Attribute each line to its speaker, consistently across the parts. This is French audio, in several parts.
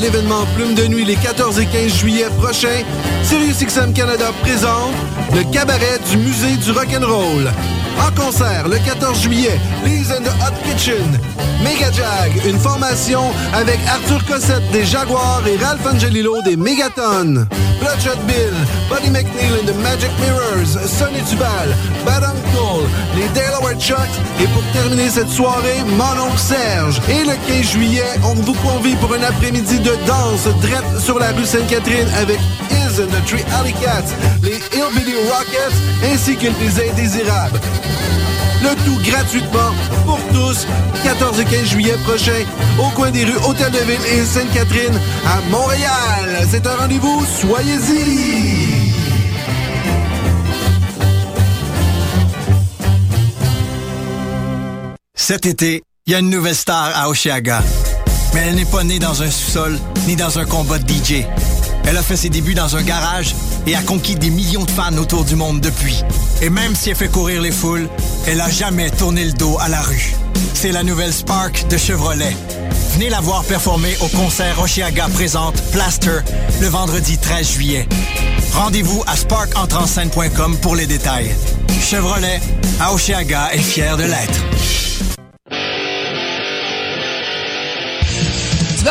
Speaker 1: l'événement Plume de Nuit les 14 et 15 juillet prochains, SiriusXM Canada présente le cabaret du musée du rock'n'roll. En concert le 14 juillet, Lee's and the Hot Kitchen, Mega Jag, une formation avec Arthur Cossette des Jaguars et Ralph Angelillo des Megaton, Bloodshot Bill, Buddy McNeil and the Magic Mirrors, Sonny Duval, Bad Uncle, les Delaware Chucks et pour terminer cette soirée, Mon oncle Serge. Et le 15 juillet, on vous convie pour un après-midi de danse drette sur la rue Sainte-Catherine avec Is and the Tree Alley Cats, les Hillbilly Rockets ainsi que les Indésirables. Le tout gratuitement pour tous, 14 et 15 juillet prochain, au coin des rues Hôtel de Ville et Sainte-Catherine, à Montréal. C'est un rendez-vous, soyez-y!
Speaker 2: Cet été, il y a une nouvelle star à Oshiaga. Mais elle n'est pas née dans un sous-sol ni dans un combat de DJ. Elle a fait ses débuts dans un garage et a conquis des millions de fans autour du monde depuis. Et même si elle fait courir les foules, elle a jamais tourné le dos à la rue. C'est la nouvelle Spark de Chevrolet. Venez la voir performer au concert Oshiaga présente Plaster le vendredi 13 juillet. Rendez-vous à sparkentrenscène.com pour les détails. Chevrolet à Oshiaga est fier de l'être.
Speaker 3: Tu veux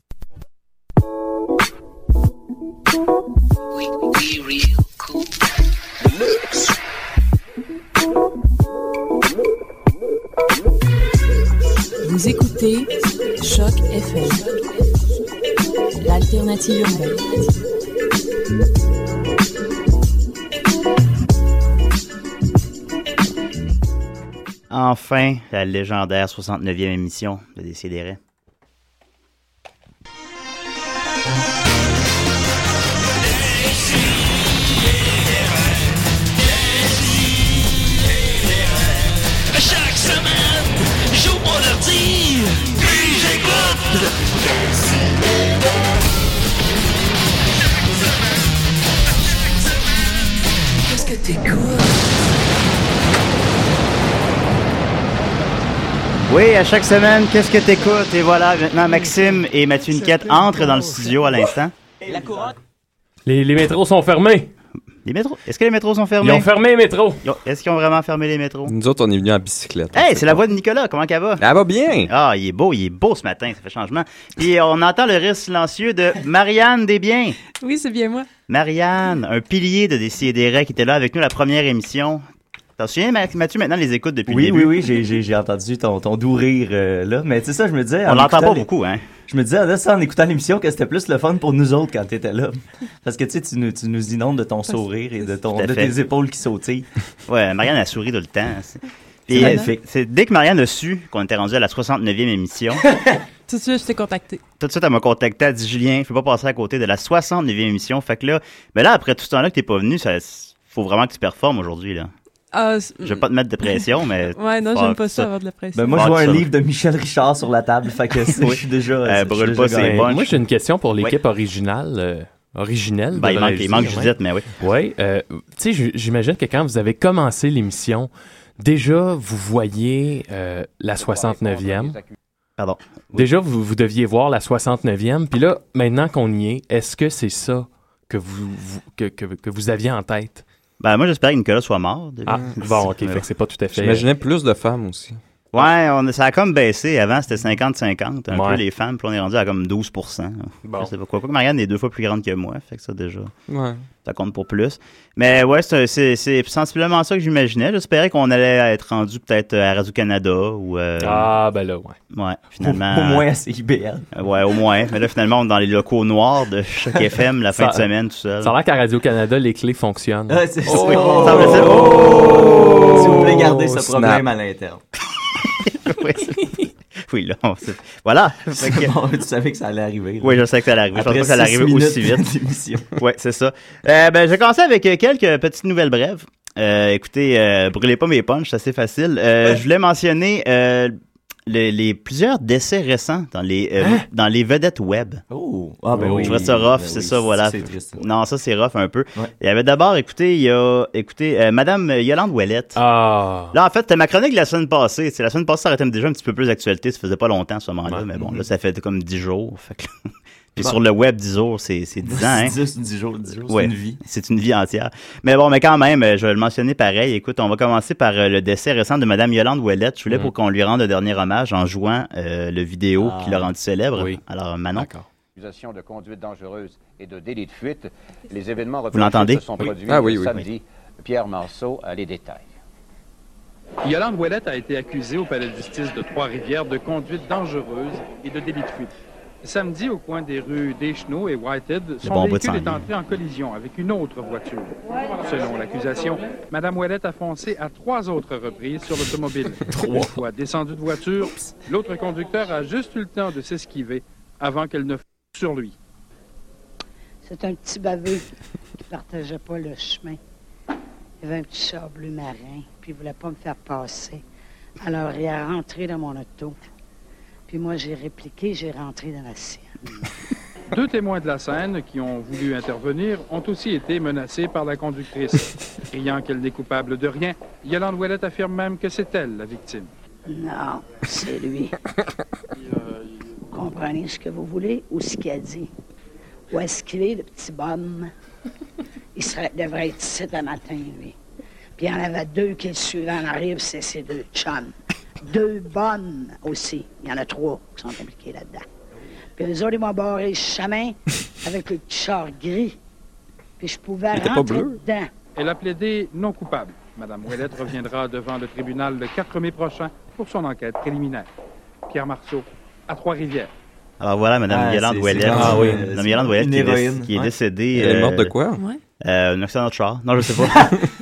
Speaker 4: Vous écoutez Choc FM, l'alternative urbaine.
Speaker 5: Enfin, la légendaire 69e émission de Décideret.
Speaker 6: Chaque semaine, j'ouvre mon ordi, puis j'écoute. Qu'est-ce que
Speaker 5: Oui, à chaque semaine, qu'est-ce que t'écoutes? Et voilà, maintenant Maxime et Mathieu Niquette entrent dans le studio à l'instant.
Speaker 3: La couronne.
Speaker 7: Les, les métros sont fermés.
Speaker 5: Les métros? Est-ce que les métros sont
Speaker 7: Ils
Speaker 5: fermés?
Speaker 7: ont fermé les métros.
Speaker 5: Ils ont- Est-ce qu'ils ont vraiment fermé les métros?
Speaker 8: Nous autres, on est venus en bicyclette.
Speaker 5: Hey, c'est la voix de Nicolas, comment qu'elle va?
Speaker 8: Elle va bien!
Speaker 5: Ah, il est beau, il est beau ce matin, ça fait changement. Puis on entend le rire silencieux de Marianne Desbiens.
Speaker 9: Oui, c'est bien moi.
Speaker 5: Marianne, un pilier de Décideret qui était là avec nous la première émission. T'en souviens, Ma- Mathieu, maintenant les écoutes depuis
Speaker 10: Oui,
Speaker 5: le
Speaker 10: oui,
Speaker 5: début?
Speaker 10: oui, j'ai- j'ai j'ai entendu ton, ton doux rire euh, là, mais c'est ça, je me disais.
Speaker 5: On
Speaker 10: en
Speaker 5: l'entend
Speaker 10: écoutant
Speaker 5: pas
Speaker 10: les-
Speaker 5: beaucoup, hein?
Speaker 10: Je me disais, là, ça, en écoutant l'émission, que c'était plus le fun pour nous autres quand t'étais là. Parce que, tu sais, tu nous, tu nous inondes de ton sourire et de, ton,
Speaker 5: Tout à
Speaker 10: de
Speaker 5: fait.
Speaker 10: tes épaules qui sautillent.
Speaker 5: Ouais, Marianne a souri tout le temps. C'est-
Speaker 10: C'est
Speaker 5: Et
Speaker 10: magnifique.
Speaker 5: c'est dès que Marianne a su qu'on était rendu à la 69e émission,
Speaker 9: Tout de suite, je t'ai contacté.
Speaker 5: tout de suite, elle m'a contacté, elle dit Julien, je peux pas passer à côté de la 69e émission. Fait que là, mais là, après tout ce temps-là que t'es pas venu, ça, faut vraiment que tu performes aujourd'hui, là.
Speaker 9: Ah, c'est-
Speaker 5: Je vais pas te mettre de pression, mais.
Speaker 9: Ouais, non,
Speaker 5: Fuck
Speaker 9: j'aime pas ça
Speaker 5: ça.
Speaker 9: avoir de la pression.
Speaker 10: Ben, moi, je
Speaker 5: Fuck
Speaker 10: vois un
Speaker 5: ça.
Speaker 10: livre de Michel Richard sur la table, fait que c'est- je suis déjà.
Speaker 5: Euh,
Speaker 10: je suis
Speaker 5: brûle
Speaker 10: déjà
Speaker 5: pas ses
Speaker 10: gagnant.
Speaker 5: Et
Speaker 7: Ben,
Speaker 5: punch.
Speaker 7: moi, j'ai une question pour l'équipe originale. euh, originelle.
Speaker 5: Ben, il manque,
Speaker 7: devrais-je
Speaker 5: il manque
Speaker 7: dire, ouais.
Speaker 5: Judith, mais oui.
Speaker 7: Oui, euh, tu sais, j- j'imagine que quand vous avez commencé l'émission, déjà, vous voyez euh, la 69e.
Speaker 5: Pardon.
Speaker 7: Déjà, vous, vous deviez voir la 69e. Puis là, maintenant qu'on y est, est-ce que c'est ça que vous, vous- que, que, que vous aviez en tête?
Speaker 5: Ben, moi, j'espérais que Nicolas soit mort. déjà.
Speaker 7: Ah, bon, OK,
Speaker 5: Mais euh,
Speaker 7: fait que c'est pas tout à fait...
Speaker 8: J'imaginais plus de femmes aussi.
Speaker 5: Ouais, on, a- ça a comme baissé. Avant, c'était 50-50, un
Speaker 7: Ouais.
Speaker 5: peu les femmes. Puis on est rendu à comme 12 Je sais pas quoi. Quoique Marianne est deux fois plus grande que moi. Fait que ça, déjà,
Speaker 8: Ouais.
Speaker 5: ça compte pour plus. Mais ouais, c'est un- c'est c'est sensiblement ça que j'imaginais. J'espérais qu'on allait être rendu peut-être euh, à Radio-Canada ou... euh,
Speaker 7: Ah, ben là, ouais.
Speaker 5: Ouais, finalement.
Speaker 10: Au- au moins à CIBL.
Speaker 5: Euh, Ouais, au moins. Mais là, finalement, on est dans les locaux noirs de chaque FM la fin
Speaker 7: Ça-
Speaker 5: de semaine, tout seul.
Speaker 7: Ça a l'air qu'à Radio-Canada, les clés fonctionnent.
Speaker 10: Ouais, c'est
Speaker 7: Oh!
Speaker 10: ça. Semble-t-il. Oh! S'il vous plaît, gardez ce
Speaker 7: Snap.
Speaker 10: problème à l'interne.
Speaker 5: oui, c'est- oui, là, on s'est- Voilà.
Speaker 10: C'est
Speaker 5: Fait que-
Speaker 10: bon, tu savais que ça allait arriver. là.
Speaker 5: Oui, je sais que ça allait arriver. Je pense
Speaker 10: Après
Speaker 5: pas que ça allait
Speaker 10: six
Speaker 5: arriver
Speaker 10: minutes
Speaker 5: aussi vite.
Speaker 10: d'émission.
Speaker 5: oui, c'est ça. Euh, ben, je vais commencer avec euh, quelques petites nouvelles brèves. Euh, écoutez, euh, brûlez pas mes punches, c'est assez facile. Euh, Je voulais mentionner euh, les, les plusieurs décès récents dans les, euh,
Speaker 10: Hein?
Speaker 5: dans les vedettes web.
Speaker 10: Oh, ah ben oui.
Speaker 5: Je trouvais ça rough,
Speaker 10: Ben
Speaker 5: c'est
Speaker 10: oui,
Speaker 5: ça, voilà.
Speaker 10: C'est triste.
Speaker 5: Non, ça c'est rough un peu. Il y avait d'abord, écoutez, il y a, écoutez, euh, Madame Yolande Ouellette. Là, en fait, c'était ma chronique de la semaine passée. C'est la semaine passée, ça aurait été déjà un petit peu plus d'actualité. Ça faisait pas longtemps, ce moment-là. Mais bon, là, ça fait comme 10 jours. Fait que- Puis
Speaker 10: Bon.
Speaker 5: sur le web, 10 jours, c'est c'est 10 ans. Hein?
Speaker 10: C'est dix- dix jours, dix jours, c'est
Speaker 5: Ouais,
Speaker 10: une vie.
Speaker 5: C'est une vie entière. Mais bon, mais quand même, euh, je vais le mentionner pareil. Écoute, on va commencer par euh, le décès récent de Madame Yolande Ouellette. Je voulais
Speaker 10: Mm.
Speaker 7: Mhm.
Speaker 5: pour qu'on lui rende un dernier hommage en jouant euh, le vidéo qui
Speaker 10: Ah.
Speaker 5: l'a rendu célèbre. Alors, Manon.
Speaker 11: Accusation de conduite dangereuse et de délit de fuite. Les événements
Speaker 5: Vous l'entendez?
Speaker 11: reprochés se sont
Speaker 5: Oui.
Speaker 11: produits
Speaker 5: Ah oui,
Speaker 11: le
Speaker 5: oui,
Speaker 11: samedi. Pierre Marceau a les détails.
Speaker 12: Yolande Ouellette a été accusée au palais de justice de Trois-Rivières de conduite dangereuse et de délit de fuite. Samedi, au coin des rues Deschenaux et Whitehead, son
Speaker 5: bon bout de
Speaker 12: véhicule est
Speaker 5: sang,
Speaker 12: entré en collision avec une autre voiture. Selon l'accusation, Mme Ouellette a foncé à trois autres reprises sur l'automobile. Une fois descendue de voiture, l'autre conducteur a juste eu le temps de s'esquiver avant qu'elle ne f- sur lui.
Speaker 13: C'est un petit bavé qui partageait pas le chemin. Il y avait un petit char bleu marin, puis il voulait pas me faire passer. Alors, il a rentré dans mon auto. Puis moi, j'ai répliqué, j'ai rentré dans la sienne.
Speaker 12: Deux témoins de la scène qui ont voulu intervenir ont aussi été menacés par la conductrice. Criant qu'elle n'est coupable de rien, Yolande Ouellette affirme même que c'est elle la victime.
Speaker 13: Non, c'est lui. Comprenez ce que euh, vous voulez ou ce qu'il a dit. Où est-ce qu'il est, le petit bonhomme? Il serait, devrait être ici le matin, lui. Puis il y en avait deux qui le suivaient en arrière, puis c'est ces deux chums. Deux bonnes aussi. Il y en a trois qui sont impliqués là-dedans. Puis eux autres, ils m'ont barré le chemin avec le petit char gris. Puis je pouvais
Speaker 12: était pas
Speaker 13: rentrer
Speaker 12: bleu?
Speaker 13: dedans.
Speaker 12: Elle a plaidé non coupable. Madame Ouellette reviendra devant le tribunal le 4 mai prochain pour son enquête préliminaire. Pierre Marceau, à Trois-Rivières.
Speaker 5: Alors voilà, Madame
Speaker 10: Ah,
Speaker 5: Yolande
Speaker 10: c'est-
Speaker 5: Ouellet.
Speaker 10: c'est-
Speaker 5: Ah oui,
Speaker 10: euh,
Speaker 5: Madame
Speaker 10: c'est
Speaker 5: Yolande Ouellet
Speaker 10: une
Speaker 5: qui est, déc-
Speaker 10: héroïne,
Speaker 5: qui est
Speaker 10: ouais.
Speaker 5: décédée.
Speaker 8: Elle est morte de quoi?
Speaker 5: Ouais. Euh, un accident de char. Non, je sais pas.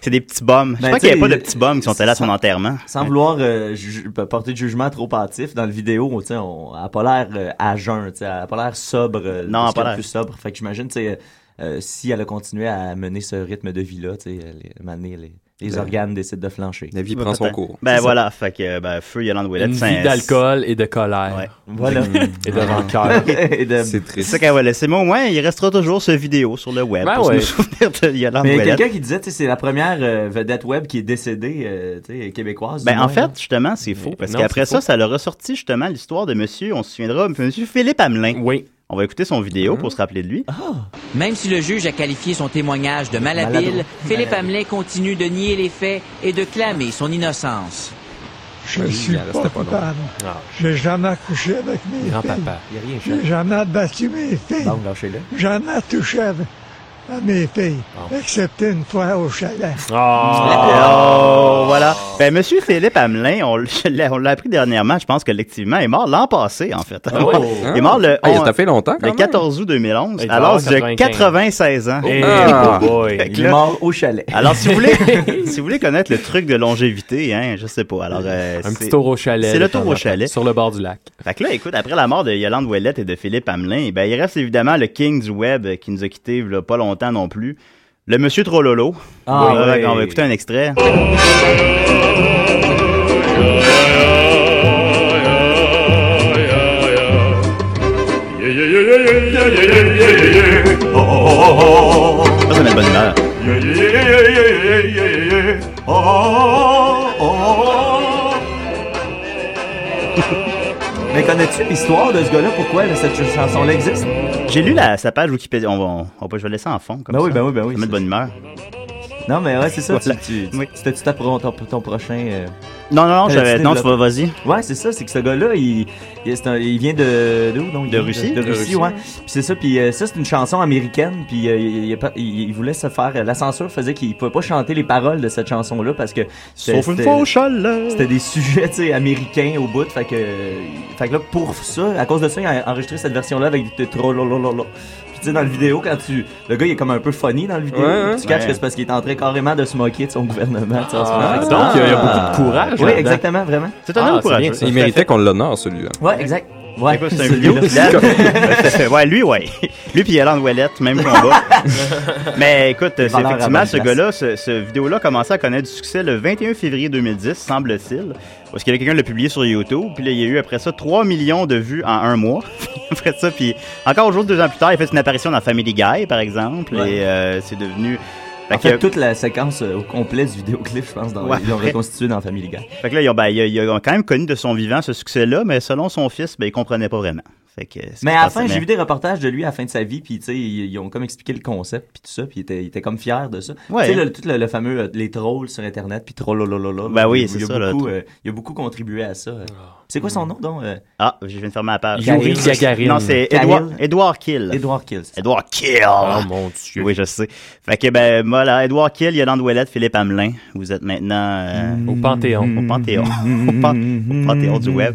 Speaker 5: c'est des petits bums. Je
Speaker 10: Ben,
Speaker 5: crois qu'il n'y avait
Speaker 10: tu sais,
Speaker 5: pas de petits bums qui sont allés à son
Speaker 10: sans-
Speaker 5: enterrement.
Speaker 10: Sans vouloir euh, ju- porter de jugement trop hâtif, dans le vidéo, tu sais, on, elle n'a pas l'air euh, à jeun, tu sais, elle n'a pas l'air sobre.
Speaker 5: Non,
Speaker 10: euh,
Speaker 5: elle a
Speaker 10: parce
Speaker 5: pas
Speaker 10: qu'elle est
Speaker 5: l'air.
Speaker 10: plus sobre. Fait que j'imagine, tu sais, euh, si elle a continué à mener ce rythme de vie-là, tu sais, les, à un moment donné, les, les
Speaker 5: Ben,
Speaker 10: organes décident de flancher.
Speaker 5: La vie prend son cours. Ben voilà, fait que ben, feu Yolande Ouellet.
Speaker 7: Une
Speaker 5: c'est-
Speaker 7: vie d'alcool et de colère.
Speaker 5: Voilà.
Speaker 7: et de rancœur.
Speaker 5: C'est triste. C'est ça qu'elle va laisser. Mais au moins, il restera toujours ce vidéo sur le web
Speaker 10: Ben
Speaker 5: pour se
Speaker 10: ouais.
Speaker 5: nous souvenir de Yolande
Speaker 10: Mais
Speaker 5: Ouellet.
Speaker 10: quelqu'un qui disait, tu sais, c'est la première euh, vedette web qui est décédée, euh, tu sais, québécoise.
Speaker 5: Ben,
Speaker 10: du
Speaker 5: en
Speaker 10: moins,
Speaker 5: fait,
Speaker 10: là.
Speaker 5: justement, c'est faux. Parce
Speaker 10: non,
Speaker 5: qu'après
Speaker 10: c'est faux.
Speaker 5: ça, ça a ressorti justement l'histoire de monsieur, on se souviendra, monsieur Philippe Hamelin.
Speaker 7: Oui.
Speaker 5: On va écouter son vidéo pour se rappeler de lui.
Speaker 14: Même si le juge a qualifié son témoignage de
Speaker 5: Maladroit.
Speaker 14: malhabile, Philippe
Speaker 5: Maladroit.
Speaker 14: Hamelin continue de nier les faits et de clamer son innocence.
Speaker 15: Je ne suis pas Ah. coupable. J'ai jamais couché avec mes
Speaker 14: Grand-papa.
Speaker 15: filles.
Speaker 14: Il a rien fait.
Speaker 15: J'ai jamais battu mes filles.
Speaker 10: Bon, lâchez-le.
Speaker 15: Jamais touché avec- à mes filles. Excepté une fois au chalet.
Speaker 5: Oh, voilà. Ben, monsieur Philippe Hamelin, on, l- je l'ai- on l'a appris dernièrement, je pense collectivement, est mort l'an passé, en fait.
Speaker 8: Ah ouais?
Speaker 5: Il est mort le,
Speaker 8: Ah, il a
Speaker 5: on-
Speaker 8: tapé longtemps, quand
Speaker 5: le
Speaker 8: même.
Speaker 5: 14 août 2011,
Speaker 8: Il est
Speaker 5: à l'âge
Speaker 8: mort
Speaker 5: de 96 ans.
Speaker 8: Eh, Ah. boy.
Speaker 5: Fait que
Speaker 10: Il est
Speaker 5: là-
Speaker 10: mort au chalet.
Speaker 5: Alors, si vous voulez, si vous voulez connaître le truc de longévité, hein, je sais pas. Alors, euh,
Speaker 7: Un
Speaker 5: c'est-
Speaker 7: petit tour au chalet.
Speaker 5: C'est
Speaker 7: de
Speaker 5: le
Speaker 7: temps
Speaker 5: tour
Speaker 7: en
Speaker 5: au
Speaker 7: temps,
Speaker 5: chalet.
Speaker 7: Sur le bord du lac.
Speaker 5: Fait que là, écoute, après la mort de Yolande Ouellette et de Philippe Hamelin, ben, il reste évidemment le king du web euh, qui nous a quittés là, pas longtemps non plus. Le monsieur Trololo.
Speaker 10: Ah
Speaker 5: Voilà,
Speaker 10: oui.
Speaker 5: On va écouter un extrait. Ça, ça met de bonne humeur.
Speaker 16: oh.
Speaker 10: Mais connais-tu l'histoire de ce gars-là? Pourquoi là, cette ch- chanson-là existe?
Speaker 5: J'ai lu la, sa page Wikipédia. On va, on va- je vais laisser en fond. Comme
Speaker 10: Ben oui,
Speaker 5: ça.
Speaker 10: ben oui, ben oui,
Speaker 5: Ça met de bonne humeur.
Speaker 10: Non, mais ouais, c'est ça.
Speaker 5: Voilà.
Speaker 10: tu- tu- C'était tu t'apprends ton, ton prochain. euh,
Speaker 5: Non, non, non,
Speaker 10: t'avais-tu
Speaker 5: j'avais- non, tu
Speaker 10: développé?
Speaker 5: vas, vas-y.
Speaker 10: Ouais, c'est ça, c'est que ce gars-là, il, il, c'est un- il vient de. De où, donc? Il
Speaker 5: De
Speaker 10: vient
Speaker 5: Russie?
Speaker 10: De,
Speaker 5: De
Speaker 10: Russie,
Speaker 5: Russie.
Speaker 10: ouais. Puis c'est ça, puis euh, ça, c'est une chanson américaine, puis euh, il, il a pas- il- il voulait se faire. euh, La censure faisait qu'il pouvait pas chanter les paroles de cette chanson-là parce que. c'était-
Speaker 5: Sauf une
Speaker 10: c'était-
Speaker 5: fois au chalet.
Speaker 10: C'était des sujets, tu sais, américains au bout, fait que. Fait que là, pour ça, à cause de ça, il a enregistré cette version-là avec des trollolololo. Puis tu sais, dans le vidéo, quand tu. Le gars, il est comme un peu funny dans le vidéo.
Speaker 8: Ouais, ouais.
Speaker 10: Tu catches
Speaker 8: Ouais.
Speaker 10: que c'est parce qu'il est en train carrément de se moquer de son gouvernement, tu sais, en ce
Speaker 8: Ah,
Speaker 10: moment.
Speaker 8: donc, il y a- il y a beaucoup de courage
Speaker 10: Oui,
Speaker 8: là-dedans.
Speaker 10: exactement, vraiment.
Speaker 5: C'est un homme courageux.
Speaker 8: bien, Il méritait qu'on l'honore, celui-là.
Speaker 10: Ouais, exact.
Speaker 5: Ouais,
Speaker 10: Ouais,
Speaker 5: c'est un vidéo. ouais, lui, ouais. Lui puis Yolande Ouellette, même combat. Mais écoute, c'est
Speaker 10: Les valeurs à
Speaker 5: effectivement
Speaker 10: bonne
Speaker 5: ce
Speaker 10: place.
Speaker 5: gars-là, ce, ce vidéo-là a commencé à connaître du succès le 21 février 2010, semble-t-il. Parce que là, quelqu'un l'a publié sur YouTube, puis là, il y a eu après ça 3 millions de vues en un mois. après ça, puis encore aujourd'hui, deux ans plus tard, il a fait une apparition dans Family Guy, par exemple,
Speaker 10: Ouais.
Speaker 5: et euh, c'est devenu.
Speaker 10: En
Speaker 5: que-
Speaker 10: fait, toute la séquence euh, au complet du vidéoclip, je pense, dans,
Speaker 5: Ouais.
Speaker 10: ils l'ont reconstitué dans Family Guy.
Speaker 5: Fait que là, ils ont, ben, ils ont- ils ont quand même connu de son vivant ce succès-là, mais selon son fils, ben, il comprenait pas vraiment. Fait que, c'est
Speaker 10: Mais
Speaker 5: pas
Speaker 10: à la
Speaker 5: passé,
Speaker 10: fin, j'ai
Speaker 5: mais-
Speaker 10: vu des reportages de lui à la fin de sa vie, puis tu sais, ils, ils ont comme expliqué le concept, puis tout ça, puis il était, il était comme fier de ça.
Speaker 5: Ouais.
Speaker 10: Tu sais, le, tout le, le fameux, euh, les trolls sur Internet, puis trollolololo.
Speaker 5: Ben oui,
Speaker 10: il-
Speaker 5: c'est
Speaker 10: il a
Speaker 5: ça, là,
Speaker 10: beaucoup,
Speaker 5: tout.
Speaker 10: euh, il a beaucoup contribué à ça. euh. C'est quoi son nom, donc? euh?
Speaker 5: Ah, je viens de fermer la page.
Speaker 10: Yuri Gagarin.
Speaker 5: Non, c'est
Speaker 10: Khalil.
Speaker 5: Edouard, Edouard Kill.
Speaker 10: Edouard Kill.
Speaker 5: Edouard Kill.
Speaker 10: Oh,
Speaker 5: mon Dieu. Oui, je sais. Fait que, ben, voilà, Edouard Kill, Yolande Ouellette, Philippe Hamelin. Vous êtes maintenant. euh,
Speaker 7: Au Panthéon.
Speaker 10: Hmm.
Speaker 5: Au Panthéon. au, pan- au Panthéon du Web.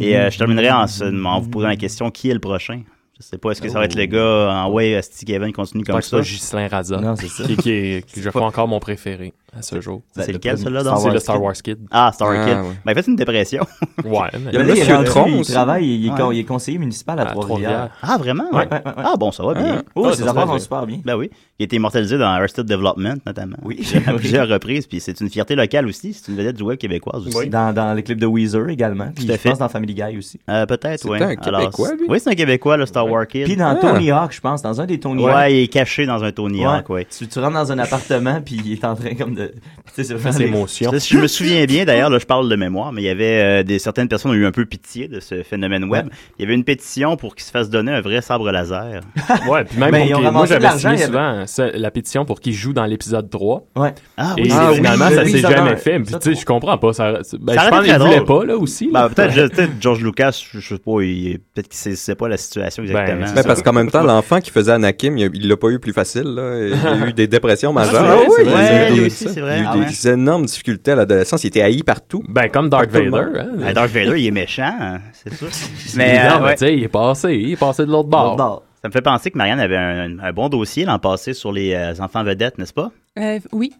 Speaker 5: Et euh, je terminerai en, se- en vous posant la question qui est le prochain Je sais pas, est-ce que ça va être le
Speaker 10: Oh.
Speaker 5: gars en way, euh, si Kevin continue comme
Speaker 7: Pas que ce
Speaker 5: ça
Speaker 7: soit Ghislain Raza.
Speaker 10: Non, c'est ça. Ben,
Speaker 7: Qui, qui est, qui- je
Speaker 5: pas-
Speaker 7: crois encore mon préféré à ce jour.
Speaker 5: C'est lequel, celui-là, donc?
Speaker 7: C'est le Star Wars Kid.
Speaker 5: Ah, Star Wars
Speaker 7: Ah,
Speaker 5: Kid.
Speaker 7: ouais.
Speaker 5: Ben, faites une dépression.
Speaker 7: Ouais, mais-
Speaker 10: Ben là, il est rendu, il travaille, il est,
Speaker 5: Ouais.
Speaker 10: con- il est conseiller municipal à, Trois-Rivières.
Speaker 5: Ah, vraiment?
Speaker 10: Ouais, ouais, ouais.
Speaker 5: Ah, bon, ça va bien.
Speaker 10: Ah. Oh, ses affaires vont super bien.
Speaker 5: Ben oui. Il a été immortalisé dans Arrested Development, notamment. Oui. À
Speaker 10: Oui.
Speaker 5: plusieurs reprises. Puis c'est une fierté locale aussi. C'est une vedette du web québécoise aussi.
Speaker 10: Dans, dans les clips de Weezer également. Puis
Speaker 5: à
Speaker 10: je
Speaker 5: fait.
Speaker 10: pense dans Family Guy aussi.
Speaker 5: Euh, Peut-être, oui.
Speaker 10: un Québécois, lui?
Speaker 5: Oui, c'est un Québécois, le Star Wars Kid.
Speaker 10: Puis dans Tony Hawk, je pense, dans un des Tony Hawk.
Speaker 5: Ouais, il est caché dans un Tony
Speaker 10: Ouais.
Speaker 5: Hawk, ouais.
Speaker 10: Tu, tu rentres dans un appartement, puis il est en train comme de. Tu sais, c'est vraiment les- Ah,
Speaker 5: Je me souviens bien, d'ailleurs, là, je parle de mémoire, mais il y avait euh, des, certaines personnes ont eu un peu pitié de ce phénomène web. Il y avait une pétition pour qu'il se fasse donner un vrai sabre laser.
Speaker 7: Ouais, puis même
Speaker 5: Ben,
Speaker 7: pour
Speaker 5: ils ont
Speaker 7: qu'il- moi
Speaker 5: ramassé de
Speaker 7: j'avais
Speaker 5: l'argent,
Speaker 7: signé
Speaker 5: il y avait-
Speaker 7: souvent hein, ça, la pétition pour qu'il joue dans l'épisode 3.
Speaker 10: Ouais.
Speaker 5: Ah
Speaker 7: Et
Speaker 5: oui, c'est
Speaker 7: finalement
Speaker 5: vrai.
Speaker 7: ça
Speaker 5: Le
Speaker 7: s'est
Speaker 5: Big
Speaker 7: jamais
Speaker 5: Thunder.
Speaker 7: fait. Puis tu sais, je comprends pas. Ça, ben,
Speaker 5: Ça
Speaker 7: je pense
Speaker 5: aurait été
Speaker 7: qu'il
Speaker 5: très
Speaker 7: voulait
Speaker 5: drôle.
Speaker 7: pas là aussi.
Speaker 5: Ben,
Speaker 7: là.
Speaker 5: peut-être je- peut-être George Lucas, je, je sais pas, il- peut-être qu'il sait, sait pas la situation exactement.
Speaker 7: Ben,
Speaker 8: Ben, parce qu'en même temps, l'enfant qui faisait Anakim, il a- il l'a pas eu plus facile. Là. Il a eu des dépressions majeures.
Speaker 5: Ah oui,
Speaker 8: il
Speaker 5: c'est vrai,
Speaker 8: a eu
Speaker 5: lui
Speaker 8: des-
Speaker 5: aussi, c'est vrai,
Speaker 8: Il a
Speaker 5: ah
Speaker 8: eu
Speaker 5: ouais.
Speaker 8: des énormes difficultés à l'adolescence. Il était haï partout.
Speaker 7: Ben, comme Dark Vader, hein.
Speaker 5: Ben, Darth Vader, il est méchant, hein, c'est sûr.
Speaker 7: Mais,
Speaker 5: euh, ouais.
Speaker 7: tu sais, il est passé. Il est passé de l'autre bord.
Speaker 5: Ça me fait penser que Marianne avait un, un bon dossier l'an passé sur les euh, enfants vedettes, n'est-ce pas?
Speaker 9: Euh, oui.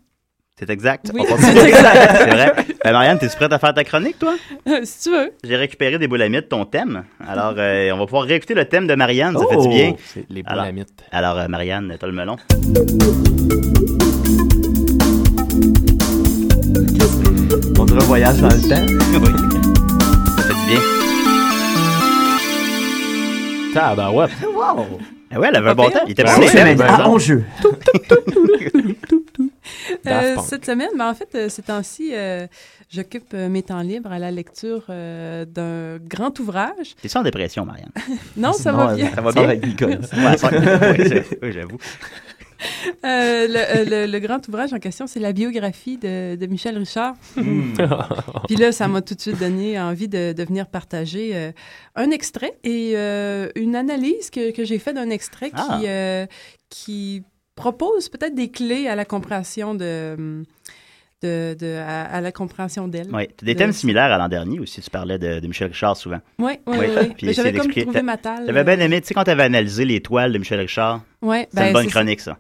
Speaker 5: C'est exact.
Speaker 9: Oui,
Speaker 5: On pense-
Speaker 9: c'est exact.
Speaker 5: C'est vrai. Ben, Marianne, t'es-tu prête à faire ta chronique, toi?
Speaker 9: Euh, si tu veux.
Speaker 5: J'ai récupéré des boulamites, ton thème. Alors, euh, on va pouvoir réécouter le thème de Marianne, ça
Speaker 7: Oh!
Speaker 5: fait du bien.
Speaker 7: C'est les
Speaker 5: Alors-
Speaker 7: boulamites.
Speaker 5: Alors, euh, Marianne, t'as le melon.
Speaker 10: On dirait un voyage dans le temps.
Speaker 5: oui. Ça fait du bien.
Speaker 7: Tabarouette.
Speaker 10: Wow!
Speaker 5: Ah ouais, elle avait un bon
Speaker 9: pire.
Speaker 5: temps. Il était
Speaker 7: Ben
Speaker 5: bon.
Speaker 7: oui,
Speaker 5: thème.
Speaker 7: ben non.
Speaker 10: Ah, jeu.
Speaker 7: Daft
Speaker 9: Euh,
Speaker 7: Punk.
Speaker 9: cette semaine, ben, en fait, euh, ces temps-ci, euh, j'occupe euh, mes temps libres à la lecture euh, d'un grand ouvrage.
Speaker 5: T'es-tu en dépression, Marianne? Ah,
Speaker 9: Non, ça va bien.
Speaker 5: Ça va
Speaker 10: Ça
Speaker 5: bien?
Speaker 10: va avec Nicole.
Speaker 5: Ouais, ça- oui, c'est- oui, j'avoue.
Speaker 9: Euh, le, euh, le- le grand ouvrage en question, c'est la biographie de, de Michel Richard.
Speaker 5: Hmm.
Speaker 9: Puis là, ça m'a tout de suite donné envie de, de venir partager euh, un extrait et euh, une analyse que, que j'ai faite d'un extrait
Speaker 5: Ah.
Speaker 9: qui, euh, qui propose peut-être des clés à la compréhension de... de, de- à, à la compréhension d'elle.
Speaker 5: Oui, t'as des
Speaker 9: De-
Speaker 5: thèmes similaires à l'an dernier aussi. Tu parlais de, de Michel Richard souvent.
Speaker 9: Oui, oui, oui, oui.
Speaker 5: Puis
Speaker 9: Mais
Speaker 5: essayer
Speaker 9: j'avais comme
Speaker 5: d'expliquer-
Speaker 9: trouvé
Speaker 5: t'a-
Speaker 9: ma talle.
Speaker 5: T'avais bien aimé, tu sais, quand t'avais analysé les toiles de Michel Richard.
Speaker 9: Ouais,
Speaker 5: C'est une
Speaker 9: ben,
Speaker 5: bonne
Speaker 9: c'est ça.
Speaker 5: chronique, ça.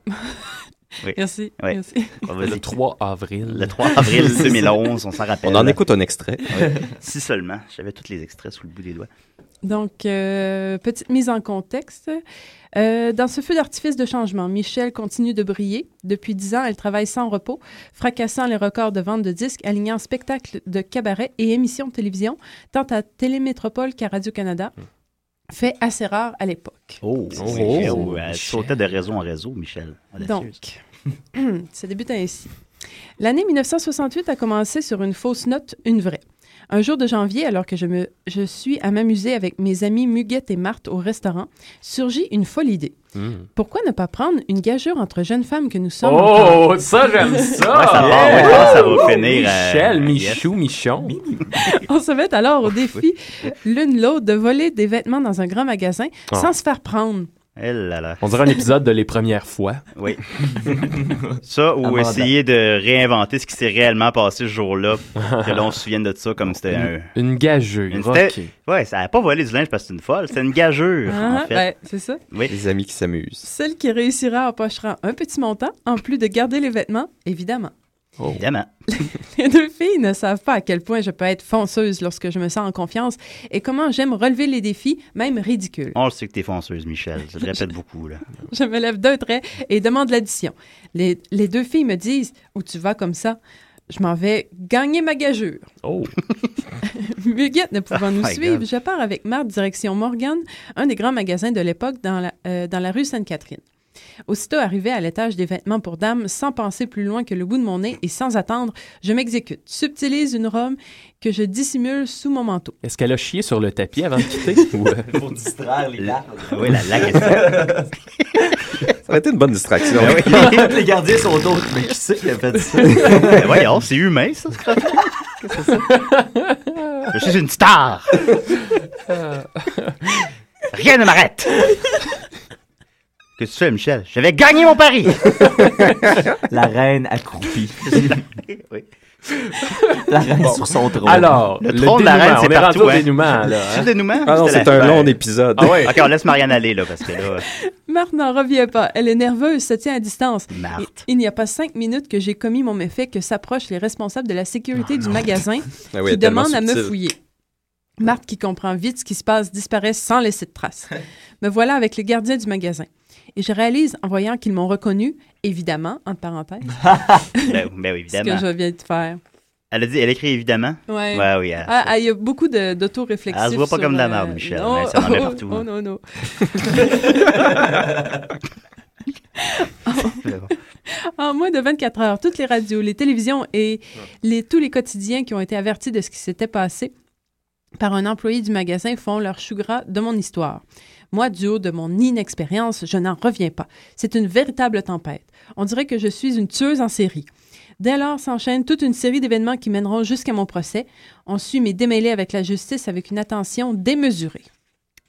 Speaker 5: Oui.
Speaker 9: Merci,
Speaker 5: Oui.
Speaker 9: merci.
Speaker 5: Bon, vas-y.
Speaker 7: Le 3 avril.
Speaker 5: Le 3 avril 2011, on s'en rappelle.
Speaker 8: On en écoute un extrait.
Speaker 5: Oui. Si seulement. J'avais tous les extraits sous le bout des doigts.
Speaker 9: Donc, euh, petite mise en contexte. Euh, dans ce feu d'artifice de changement, Michel continue de briller. Depuis dix ans, elle travaille sans repos, fracassant les records de vente de disques, alignant spectacles de cabaret et émissions de télévision, tant à Télémétropole qu'à Radio-Canada. Fait assez rare à l'époque.
Speaker 5: Oh,
Speaker 7: Oh.
Speaker 5: Michel,
Speaker 7: Oh,
Speaker 5: elle
Speaker 7: Michel.
Speaker 5: sautait de réseau en réseau, Michel. Audacieuse.
Speaker 9: Donc, ça débute ainsi. L'année 1968 a commencé sur une fausse note, une vraie. Un jour de janvier, alors que je, me, je suis à m'amuser avec mes amis Muguette et Marthe au restaurant, surgit une folle idée. Pourquoi ne pas prendre une gageure entre jeunes femmes que nous sommes
Speaker 7: Oh,
Speaker 9: encore?
Speaker 7: ça, j'aime ça!
Speaker 5: Ouais, ça part, ouais, je pense que ça va
Speaker 7: Wouh!
Speaker 5: finir, euh,
Speaker 7: Michel,
Speaker 5: yes.
Speaker 7: Michou, Michon.
Speaker 9: On se met alors au défi, l'une l'autre, de voler des vêtements dans un grand magasin
Speaker 7: Ah.
Speaker 9: sans se faire prendre.
Speaker 7: On dirait un épisode de Les Premières fois.
Speaker 5: Eh Oui. Ça, ou
Speaker 7: Amanda.
Speaker 5: essayer de réinventer ce qui s'est réellement passé ce jour-là, que l'on se souvienne de ça comme c'était un...
Speaker 7: Une gageure.
Speaker 5: Une-
Speaker 7: ok.
Speaker 5: c'était- Ouais, ça n'a pas volé du linge parce que c'est une folle, c'est une gageure,
Speaker 9: Ah,
Speaker 5: en fait.
Speaker 9: ben, c'est ça.
Speaker 5: Oui. Les amis qui s'amusent.
Speaker 9: Celle qui réussira empochera un petit montant, en plus de garder les vêtements, évidemment.
Speaker 7: Oh.
Speaker 5: Évidemment.
Speaker 9: Les deux filles ne savent pas à quel point je peux être fonceuse lorsque je me sens en confiance et comment j'aime relever les défis, même ridicules.
Speaker 5: On le sait que t'es fonceuse, Michel. Je le répète beaucoup, là.
Speaker 9: Je me lève d'un trait et demande l'addition. Les, les deux filles me disent Où tu vas comme ça Je m'en vais gagner ma gageure.
Speaker 7: Oh.
Speaker 9: Muguette ne pouvant nous
Speaker 7: Oh my
Speaker 9: suivre,
Speaker 7: God.
Speaker 9: je pars avec Marthe direction Morgan, un des grands magasins de l'époque dans, la- euh, dans la rue Sainte-Catherine. Aussitôt arrivé à l'étage des vêtements pour dames, sans penser plus loin que le bout de mon nez et sans attendre, je m'exécute, subtilise une robe que je dissimule sous mon manteau.
Speaker 7: Est-ce qu'elle a chié sur le tapis avant de quitter? ou, euh,
Speaker 10: Pour distraire les gardes.
Speaker 5: Oui, la laque. ça
Speaker 8: aurait été une bonne distraction.
Speaker 5: Ben oui.
Speaker 10: les gardiens sont d'autres, mais qui c'est qui a fait ça?
Speaker 5: Ben voyons, c'est humain, ça, ce crapule. Je suis une star. Rien ne m'arrête. Que tu fais, Michel? Je vais gagner mon pari.
Speaker 10: La reine accroupie.
Speaker 5: Oui.
Speaker 10: La reine sur son trône.
Speaker 7: Alors,
Speaker 5: Le trône de la reine, c'est partout. hein. C'est le dénouement?
Speaker 8: Ah non, c'est un long épisode.
Speaker 5: Ah ouais. OK, on laisse Marianne aller, là, parce que là...
Speaker 9: Marthe n'en revient pas. Elle est nerveuse, se tient à distance.
Speaker 5: Marthe.
Speaker 9: Il, il n'y a pas cinq minutes que j'ai commis mon méfait que s'approchent les responsables de la sécurité du magasin
Speaker 8: Ah oui, elle
Speaker 9: qui
Speaker 8: est tellement
Speaker 9: demandent à me
Speaker 8: subtile.
Speaker 9: fouiller. Marthe, qui comprend vite ce qui se passe, disparaît sans laisser de traces. me voilà avec le gardien du magasin. Et je réalise, en voyant qu'ils m'ont reconnu, évidemment, entre parenthèses,
Speaker 5: Ben, ben oui,
Speaker 9: ce que
Speaker 5: évidemment.
Speaker 9: je viens de faire.
Speaker 5: Elle a dit, elle écrit évidemment.
Speaker 9: Ouais.
Speaker 5: Ouais, oui. elle-
Speaker 9: Ah, ah, il y a beaucoup de- d'auto-réflexions.
Speaker 5: Elle se voit pas
Speaker 9: sur,
Speaker 5: comme de la
Speaker 9: euh,
Speaker 5: merde, Michel,
Speaker 9: non.
Speaker 5: mais ça en met
Speaker 9: Oh,
Speaker 5: partout. hein.
Speaker 9: Oh, non, non. En moins de 24 heures, toutes les radios, les télévisions et les, tous les quotidiens qui ont été avertis de ce qui s'était passé par un employé du magasin font leur chou gras de mon histoire. Moi, du haut de mon inexpérience, je n'en reviens pas. C'est une véritable tempête. On dirait que je suis une tueuse en série. Dès lors s'enchaîne toute une série d'événements qui mèneront jusqu'à mon procès. On suit mes démêlés avec la justice avec une attention démesurée.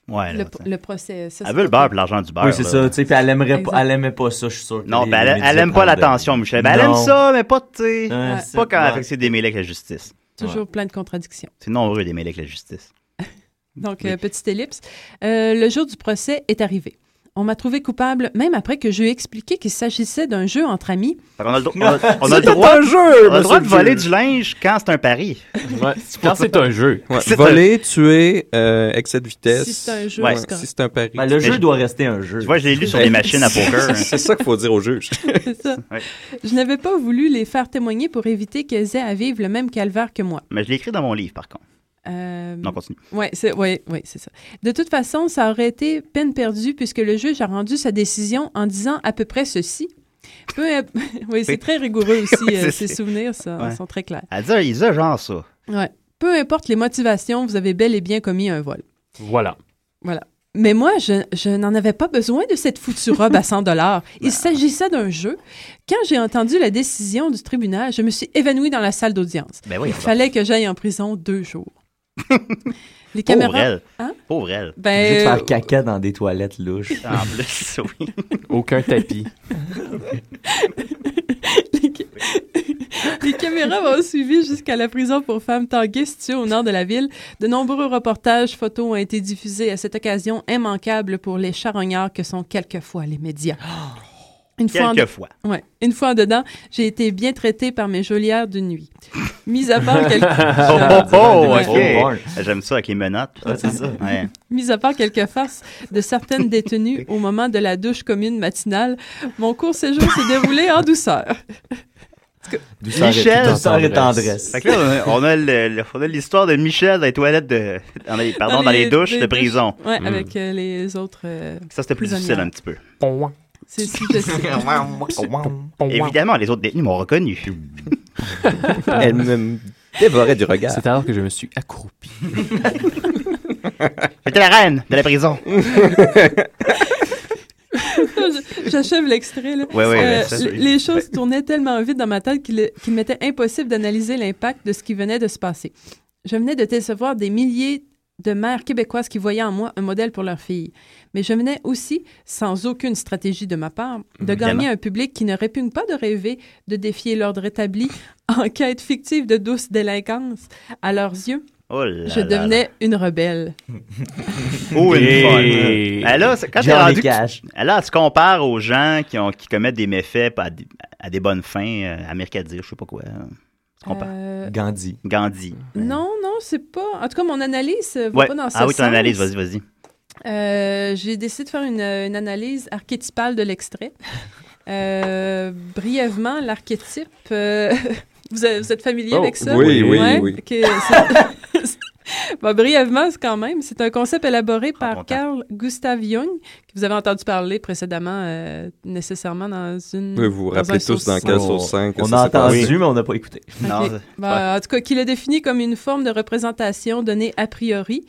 Speaker 5: Ouais, Ah,
Speaker 9: Le,
Speaker 5: là.
Speaker 9: le procès, ça,
Speaker 5: Elle
Speaker 9: c'est
Speaker 5: veut le
Speaker 9: pas-
Speaker 5: beurre pour l'argent du beurre.
Speaker 10: Oui, c'est
Speaker 5: là.
Speaker 10: ça, tu sais, puis elle aimerait, pas,
Speaker 9: Exact.
Speaker 10: elle aimait pas ça, je suis sûr. que
Speaker 5: Non,
Speaker 10: les-
Speaker 5: ben, elle,
Speaker 10: les
Speaker 5: elle aime pas
Speaker 10: médias
Speaker 5: l'attention, Michel. Ben, elle aime
Speaker 10: Non.
Speaker 5: ça, mais pas, tu sais.
Speaker 10: Ouais, c'est-
Speaker 5: pas quand
Speaker 10: ouais.
Speaker 5: elle fait que c'est démêlé avec la justice.
Speaker 9: Toujours plein de contradictions.
Speaker 5: C'est nombreux démêlés avec la justice.
Speaker 9: Donc, euh, petite ellipse. Euh, le jour du procès est arrivé. On m'a trouvé coupable même après que j'eus expliqué qu'il s'agissait d'un jeu entre amis.
Speaker 5: Fait qu'on a le, dro- on a- on a
Speaker 9: C'est
Speaker 5: le droit,
Speaker 9: un jeu,
Speaker 5: on a le droit de
Speaker 9: monsieur
Speaker 5: voler
Speaker 9: le
Speaker 5: du linge quand c'est un pari.
Speaker 7: Quand c'est un jeu.
Speaker 8: Ouais,
Speaker 5: C'est
Speaker 8: Voler, tuer, euh, excès de vitesse.
Speaker 9: Si c'est un jeu,
Speaker 8: Ouais,
Speaker 9: c'est correct.
Speaker 8: si c'est un pari.
Speaker 10: Ben, le jeu doit rester un jeu.
Speaker 5: Tu vois, je l'ai lu sur les machines à poker. hein.
Speaker 8: c'est ça qu'il faut dire au juge.
Speaker 9: C'est ça. Je n'avais pas voulu les faire témoigner pour éviter qu'elles aient à vivre le même calvaire que moi.
Speaker 5: Mais je l'ai écrit dans mon livre, par contre.
Speaker 9: Euh,
Speaker 5: Non, continue.
Speaker 9: Oui, c'est ouais, ouais, c'est ça. De toute façon, ça aurait été peine perdue puisque le juge a rendu sa décision en disant à peu près ceci. Peu imp- oui, c'est très rigoureux aussi.
Speaker 5: Oui,
Speaker 9: euh,
Speaker 5: c'est-
Speaker 9: ses
Speaker 5: c'est-
Speaker 9: souvenirs ça,
Speaker 5: Ouais.
Speaker 9: sont très clairs.
Speaker 5: Elle dit, ils ont genre ça.
Speaker 9: Ouais. Peu importe les motivations, vous avez bel et bien commis un vol.
Speaker 7: Voilà.
Speaker 9: Voilà. Mais moi, je, je n'en avais pas besoin de cette foutue robe à 100 dollars. Il s'agissait d'un jeu. Quand j'ai entendu la décision du tribunal, je me suis évanouie dans la salle d'audience.
Speaker 5: Ben oui,
Speaker 9: Il
Speaker 5: on va.
Speaker 9: fallait que j'aille en prison deux jours.
Speaker 5: Pauvre
Speaker 9: Les caméras.
Speaker 5: elle.
Speaker 9: Hein?
Speaker 5: Pauvre elle.
Speaker 9: Ben,
Speaker 10: Juste
Speaker 9: euh,
Speaker 10: faire caca dans des toilettes louches.
Speaker 5: En plus, oui.
Speaker 7: Aucun tapis.
Speaker 9: Les caméras m'ont suivi jusqu'à la prison pour femmes tanguées située au nord de la ville. De nombreux reportages photos ont été diffusés à cette occasion immanquable pour les charognards que sont quelquefois les médias. Une en-
Speaker 5: Quelquefois.
Speaker 9: Ouais. Une fois en dedans, j'ai été bien traitée par mes geôlières de nuit. Mis à part quelques...
Speaker 5: Oh, oh, oh,
Speaker 9: Ouais.
Speaker 5: ok. J'aime ça avec les menottes.
Speaker 10: Ah, c'est ça.
Speaker 5: Ouais.
Speaker 9: Mis à part quelques farces de certaines détenues au moment de la douche commune matinale, mon court séjour s'est déroulé en douceur.
Speaker 10: Douceur et-
Speaker 5: Michel,
Speaker 10: douceur et tendresse.
Speaker 5: Fait que là, on a le- le- on a l'histoire de Michel dans les toilettes de. dans les- pardon, dans les, douches
Speaker 9: des
Speaker 5: de prison.
Speaker 9: Ouais,
Speaker 5: Mm.
Speaker 9: avec euh, les autres. euh,
Speaker 5: Ça, c'était plus difficile un
Speaker 9: prisonnières.
Speaker 5: petit peu.
Speaker 9: C'est si possible.
Speaker 5: Évidemment, les autres détenus m'ont reconnu.
Speaker 8: Elle me Dévoré du regard.
Speaker 7: C'est alors que je me suis accroupi.
Speaker 5: J'étais la reine de la prison.
Speaker 9: Je- J'achève l'extrait. là.
Speaker 5: Ouais, ouais, ouais, ça,
Speaker 9: l-
Speaker 5: oui.
Speaker 9: les choses tournaient tellement vite dans ma tête qu'il qu'il m'était impossible d'analyser l'impact de ce qui venait de se passer. Je venais de décevoir des milliers de mères québécoises qui voyaient en moi un modèle pour leur fille. Mais je venais aussi, sans aucune stratégie de ma part, de
Speaker 17: Évidemment.
Speaker 9: gagner un public qui ne répugne pas de rêver de défier l'ordre établi en quête fictive de douce délinquance. À leurs yeux,
Speaker 5: Oh là
Speaker 9: je
Speaker 5: là là.
Speaker 9: devenais une rebelle.
Speaker 5: Oh, une
Speaker 7: Et-
Speaker 5: folle. Ben là, c'est- quand t'es
Speaker 7: Johnny
Speaker 5: rendu. que
Speaker 7: Cash.
Speaker 5: tu- ben là, tu compares aux gens qui, ont, qui commettent des méfaits à des, à des bonnes fins, euh, Amirkadir, je sais pas quoi. Tu compares.
Speaker 9: Euh,
Speaker 5: Gandhi. Gandhi.
Speaker 9: Non, non, c'est pas. En tout cas, mon analyse euh, va
Speaker 5: Ouais.
Speaker 9: pas dans ce
Speaker 5: Ah oui, ton
Speaker 9: sens.
Speaker 5: analyse, vas-y, vas-y.
Speaker 9: Euh, j'ai décidé de faire une, euh, une analyse archétypale de l'extrait. Euh, brièvement, l'archétype, euh, vous, êtes- vous êtes familier
Speaker 8: Oh,
Speaker 9: avec ça?
Speaker 8: oui, oui,
Speaker 9: Ouais,
Speaker 8: oui.
Speaker 9: ok, c'est- Bon, brièvement, c'est quand même, c'est un concept élaboré par Carl Gustav Jung, que vous avez entendu parler précédemment, euh, nécessairement dans une.
Speaker 8: Oui, vous vous
Speaker 9: dans
Speaker 8: rappelez
Speaker 9: un
Speaker 8: tous dans
Speaker 9: saucisson.
Speaker 8: quel saucisson que
Speaker 10: On
Speaker 8: ça
Speaker 10: a
Speaker 8: s'est
Speaker 10: entendu,
Speaker 8: passé.
Speaker 10: mais on n'a pas écouté.
Speaker 9: Ok. Ben, En tout cas, qu'il a défini comme une forme de représentation donnée a priori.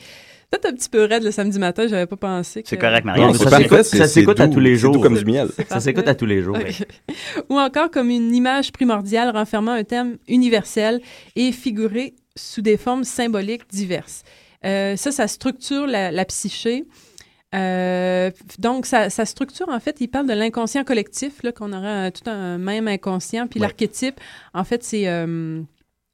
Speaker 9: Peut-être un petit peu raide le samedi matin, j'avais pas pensé que...
Speaker 5: C'est correct, Marianne.
Speaker 10: Non,
Speaker 5: Écoute,
Speaker 10: ça
Speaker 5: c'est
Speaker 10: s'écoute-
Speaker 5: parfait,
Speaker 10: ça
Speaker 5: c'est-
Speaker 10: s'écoute
Speaker 5: c'est
Speaker 10: à
Speaker 5: doux,
Speaker 10: tous les
Speaker 5: c'est doux
Speaker 10: jours.
Speaker 5: comme du miel.
Speaker 10: Ça s'écoute à tous les jours.
Speaker 9: Ok. Ou encore comme une image primordiale renfermant un thème universel et figuré sous des formes symboliques diverses. Euh, ça, ça structure la, la psyché. Euh, donc, ça, ça structure, en fait, il parle de l'inconscient collectif, là, qu'on aurait un- tout un même inconscient. Puis l'archétype, en fait, c'est euh,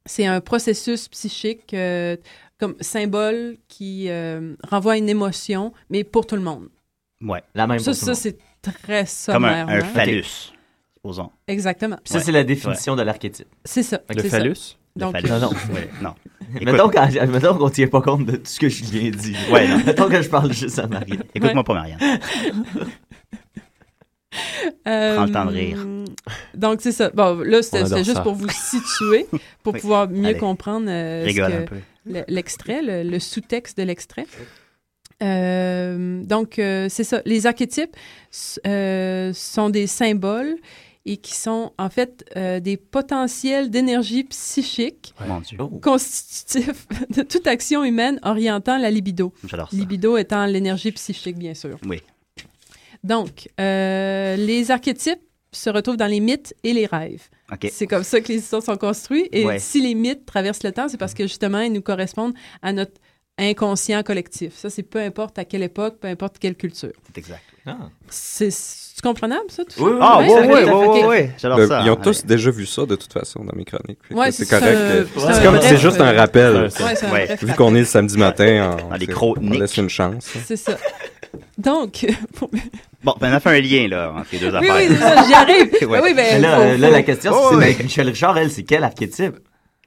Speaker 9: c'est un processus psychique euh, comme symbole qui euh, renvoie à une émotion, mais pour tout le monde.
Speaker 5: Ouais.
Speaker 10: La même
Speaker 9: ça,
Speaker 10: pour tout le
Speaker 9: ça
Speaker 10: monde.
Speaker 9: c'est très
Speaker 5: Comme
Speaker 9: sommaire.
Speaker 5: un, un
Speaker 9: hein?
Speaker 5: phallus, supposons.
Speaker 9: Exactement.
Speaker 10: Puis ça, c'est la définition de l'archétype.
Speaker 9: C'est ça, Le c'est ça. phallus? Donc-
Speaker 10: Non, non.
Speaker 5: Ouais, non. Écoute.
Speaker 10: Mettons qu'en- mettons qu'on tient pas compte de tout ce que je viens de dire.
Speaker 5: Ouais, non.
Speaker 10: mettons que je parle juste à Marianne.
Speaker 5: Écoute-moi pas, Marianne. Prends le temps de rire.
Speaker 9: Euh, Donc, c'est ça. Bon, là,
Speaker 5: On
Speaker 9: c'était
Speaker 5: adore
Speaker 9: c'était juste
Speaker 5: ça.
Speaker 9: pour vous situer, pour
Speaker 5: Oui.
Speaker 9: pouvoir mieux
Speaker 5: Allez.
Speaker 9: comprendre euh, ce
Speaker 5: Rigole
Speaker 9: que-
Speaker 5: un peu.
Speaker 9: le- l'extrait, le, le sous-texte de l'extrait. Euh, donc, euh, c'est ça. Les archétypes s- euh, sont des symboles et qui sont en fait euh, des potentiels d'énergie psychique
Speaker 5: Mon Dieu.
Speaker 9: constitutifs de toute action humaine orientant la libido.
Speaker 5: J'adore ça.
Speaker 9: Libido étant l'énergie psychique, bien sûr.
Speaker 5: Oui.
Speaker 9: Donc, euh, les archétypes se retrouvent dans les mythes et les rêves.
Speaker 5: OK.
Speaker 9: C'est comme ça que les histoires sont construites. Et
Speaker 5: Ouais.
Speaker 9: si les mythes traversent le temps, c'est parce que justement, ils nous correspondent à notre inconscient collectif. Ça, c'est peu importe à quelle époque, peu importe quelle culture.
Speaker 5: C'est exact.
Speaker 9: C'est c'est comprenable, ça, tout
Speaker 5: Ah. Oui, oui, Ah, oui,
Speaker 9: ça?
Speaker 5: oui,
Speaker 9: ça fait-
Speaker 5: oui,
Speaker 9: ça fait-
Speaker 5: oui,
Speaker 9: ok.
Speaker 5: oui, oui. J'adore
Speaker 8: Ben,
Speaker 5: ça. hein.
Speaker 8: Ils ont
Speaker 5: Ouais.
Speaker 8: tous déjà vu ça de toute façon dans mes chroniques. Fait que
Speaker 9: Ouais,
Speaker 8: c'est
Speaker 9: c'est
Speaker 8: correct.
Speaker 9: un-
Speaker 8: que-
Speaker 9: c'est un
Speaker 8: C'est comme
Speaker 9: bref,
Speaker 8: c'est juste un
Speaker 9: euh,
Speaker 8: rappel.
Speaker 9: Ouais, c'est un bref
Speaker 8: Vu
Speaker 9: rappel.
Speaker 8: qu'on est le samedi matin, on,
Speaker 5: Dans les
Speaker 8: c'est-
Speaker 5: chroniques.
Speaker 8: on laisse une chance.
Speaker 9: C'est ça. Donc, pour-
Speaker 5: Bon, ben, on a fait un lien, là, entre les deux
Speaker 9: oui,
Speaker 5: affaires.
Speaker 9: oui, c'est ça, j'y arrive.
Speaker 5: Ouais.
Speaker 9: Ben oui, ben,
Speaker 10: Mais là,
Speaker 9: faut-
Speaker 10: euh, là,
Speaker 9: faut-
Speaker 10: la question,
Speaker 5: Oh,
Speaker 10: c'est
Speaker 5: oui.
Speaker 10: avec Michel Richard, elle, c'est quel archétype?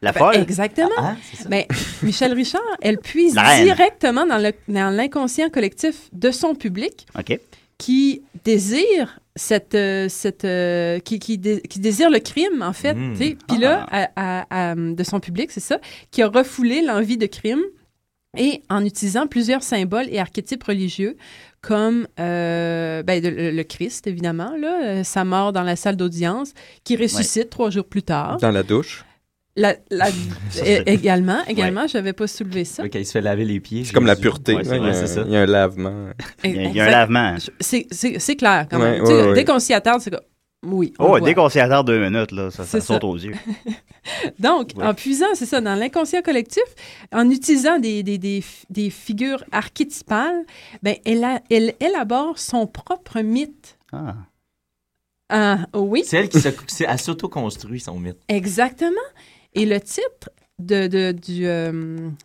Speaker 5: La
Speaker 9: Ben, exactement. Mais Michel Richard, elle puise
Speaker 10: La reine.
Speaker 9: directement dans le- dans l'inconscient collectif de son public
Speaker 5: OK.
Speaker 9: qui désire cette, euh, cette euh, qui, qui, dé- qui désire le crime en fait
Speaker 17: Mm.
Speaker 9: tu sais. puis là à- à- à, de son public c'est ça qui a refoulé l'envie de crime et en utilisant plusieurs symboles et archétypes religieux comme euh, ben, de- le, le Christ évidemment là euh, sa mort dans la salle d'audience qui ressuscite trois jours plus tard
Speaker 8: Dans la douche.
Speaker 9: La- la-
Speaker 10: Ça,
Speaker 9: é-
Speaker 10: c'est-
Speaker 9: également également j'avais pas soulevé ça
Speaker 10: Quand il se fait laver les pieds.
Speaker 8: C'est comme la pureté.
Speaker 10: Ouais,
Speaker 8: là,
Speaker 10: c'est
Speaker 8: il, y
Speaker 10: vrai,
Speaker 8: a,
Speaker 10: c'est ça.
Speaker 8: il y a un lavement.
Speaker 9: Il y a- il y a un Exact.
Speaker 5: lavement.
Speaker 9: c'est c'est- c'est clair quand même
Speaker 5: Ouais,
Speaker 9: Tu sais,
Speaker 5: ouais, ouais.
Speaker 9: dès qu'on s'y attarde c'est comme oui on
Speaker 5: Oh,
Speaker 9: le voit.
Speaker 5: dès qu'on s'y attarde deux minutes, là, ça, ça
Speaker 9: C'est ça.
Speaker 5: saute aux yeux.
Speaker 9: Donc,
Speaker 5: Ouais.
Speaker 9: en puisant, c'est ça, dans l'inconscient collectif, en utilisant des, des- des f- des figures archétypales, ben, elle, a- elle élabore son propre mythe.
Speaker 5: Ah.
Speaker 9: Ah, oui,
Speaker 10: C'est elle qui s'occupe- c'est- elle s'auto-construit son mythe.
Speaker 9: exactement. Et le titre de, de- du, euh,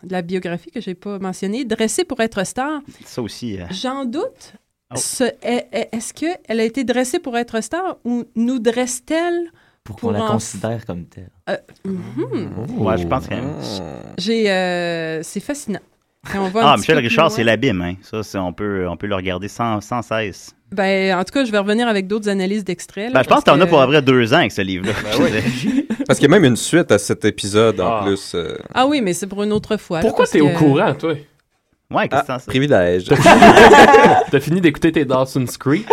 Speaker 9: de la biographie que je n'ai pas mentionnée, Dressée pour être star,
Speaker 5: Ça aussi. euh,
Speaker 9: j'en doute.
Speaker 5: Oh.
Speaker 9: Ce- est- est- Est-ce qu'elle a été dressée pour être star ou nous dresse-t-elle
Speaker 10: Pour qu'on la
Speaker 9: en-
Speaker 10: considère comme telle.
Speaker 9: Euh, mhm.
Speaker 5: Oh. Ouais, ah, je pense que.
Speaker 9: J'ai, euh, c'est fascinant. Et on va un
Speaker 5: Ah,
Speaker 9: petit
Speaker 5: Michel
Speaker 9: peu plus
Speaker 5: Richard,
Speaker 9: loin.
Speaker 5: c'est l'abîme, hein. Ça, c'est- on peut, on peut le regarder sans, sans cesse.
Speaker 9: Ben, en tout cas, je vais revenir avec d'autres analyses d'extraits. là,
Speaker 5: Ben, je pense que
Speaker 9: parce
Speaker 5: t'en as pour à vrai deux ans avec ce livre-là. Je sais.
Speaker 8: Ben Parce qu'il y a même une suite à cet épisode en plus. euh,
Speaker 9: Ah oui, mais c'est pour une autre fois. là, parce que-
Speaker 8: toi?
Speaker 5: Ouais, qu'est-ce que c'est ça?
Speaker 8: Privilège.
Speaker 7: T'as fini d'écouter tes Dawson's Creek?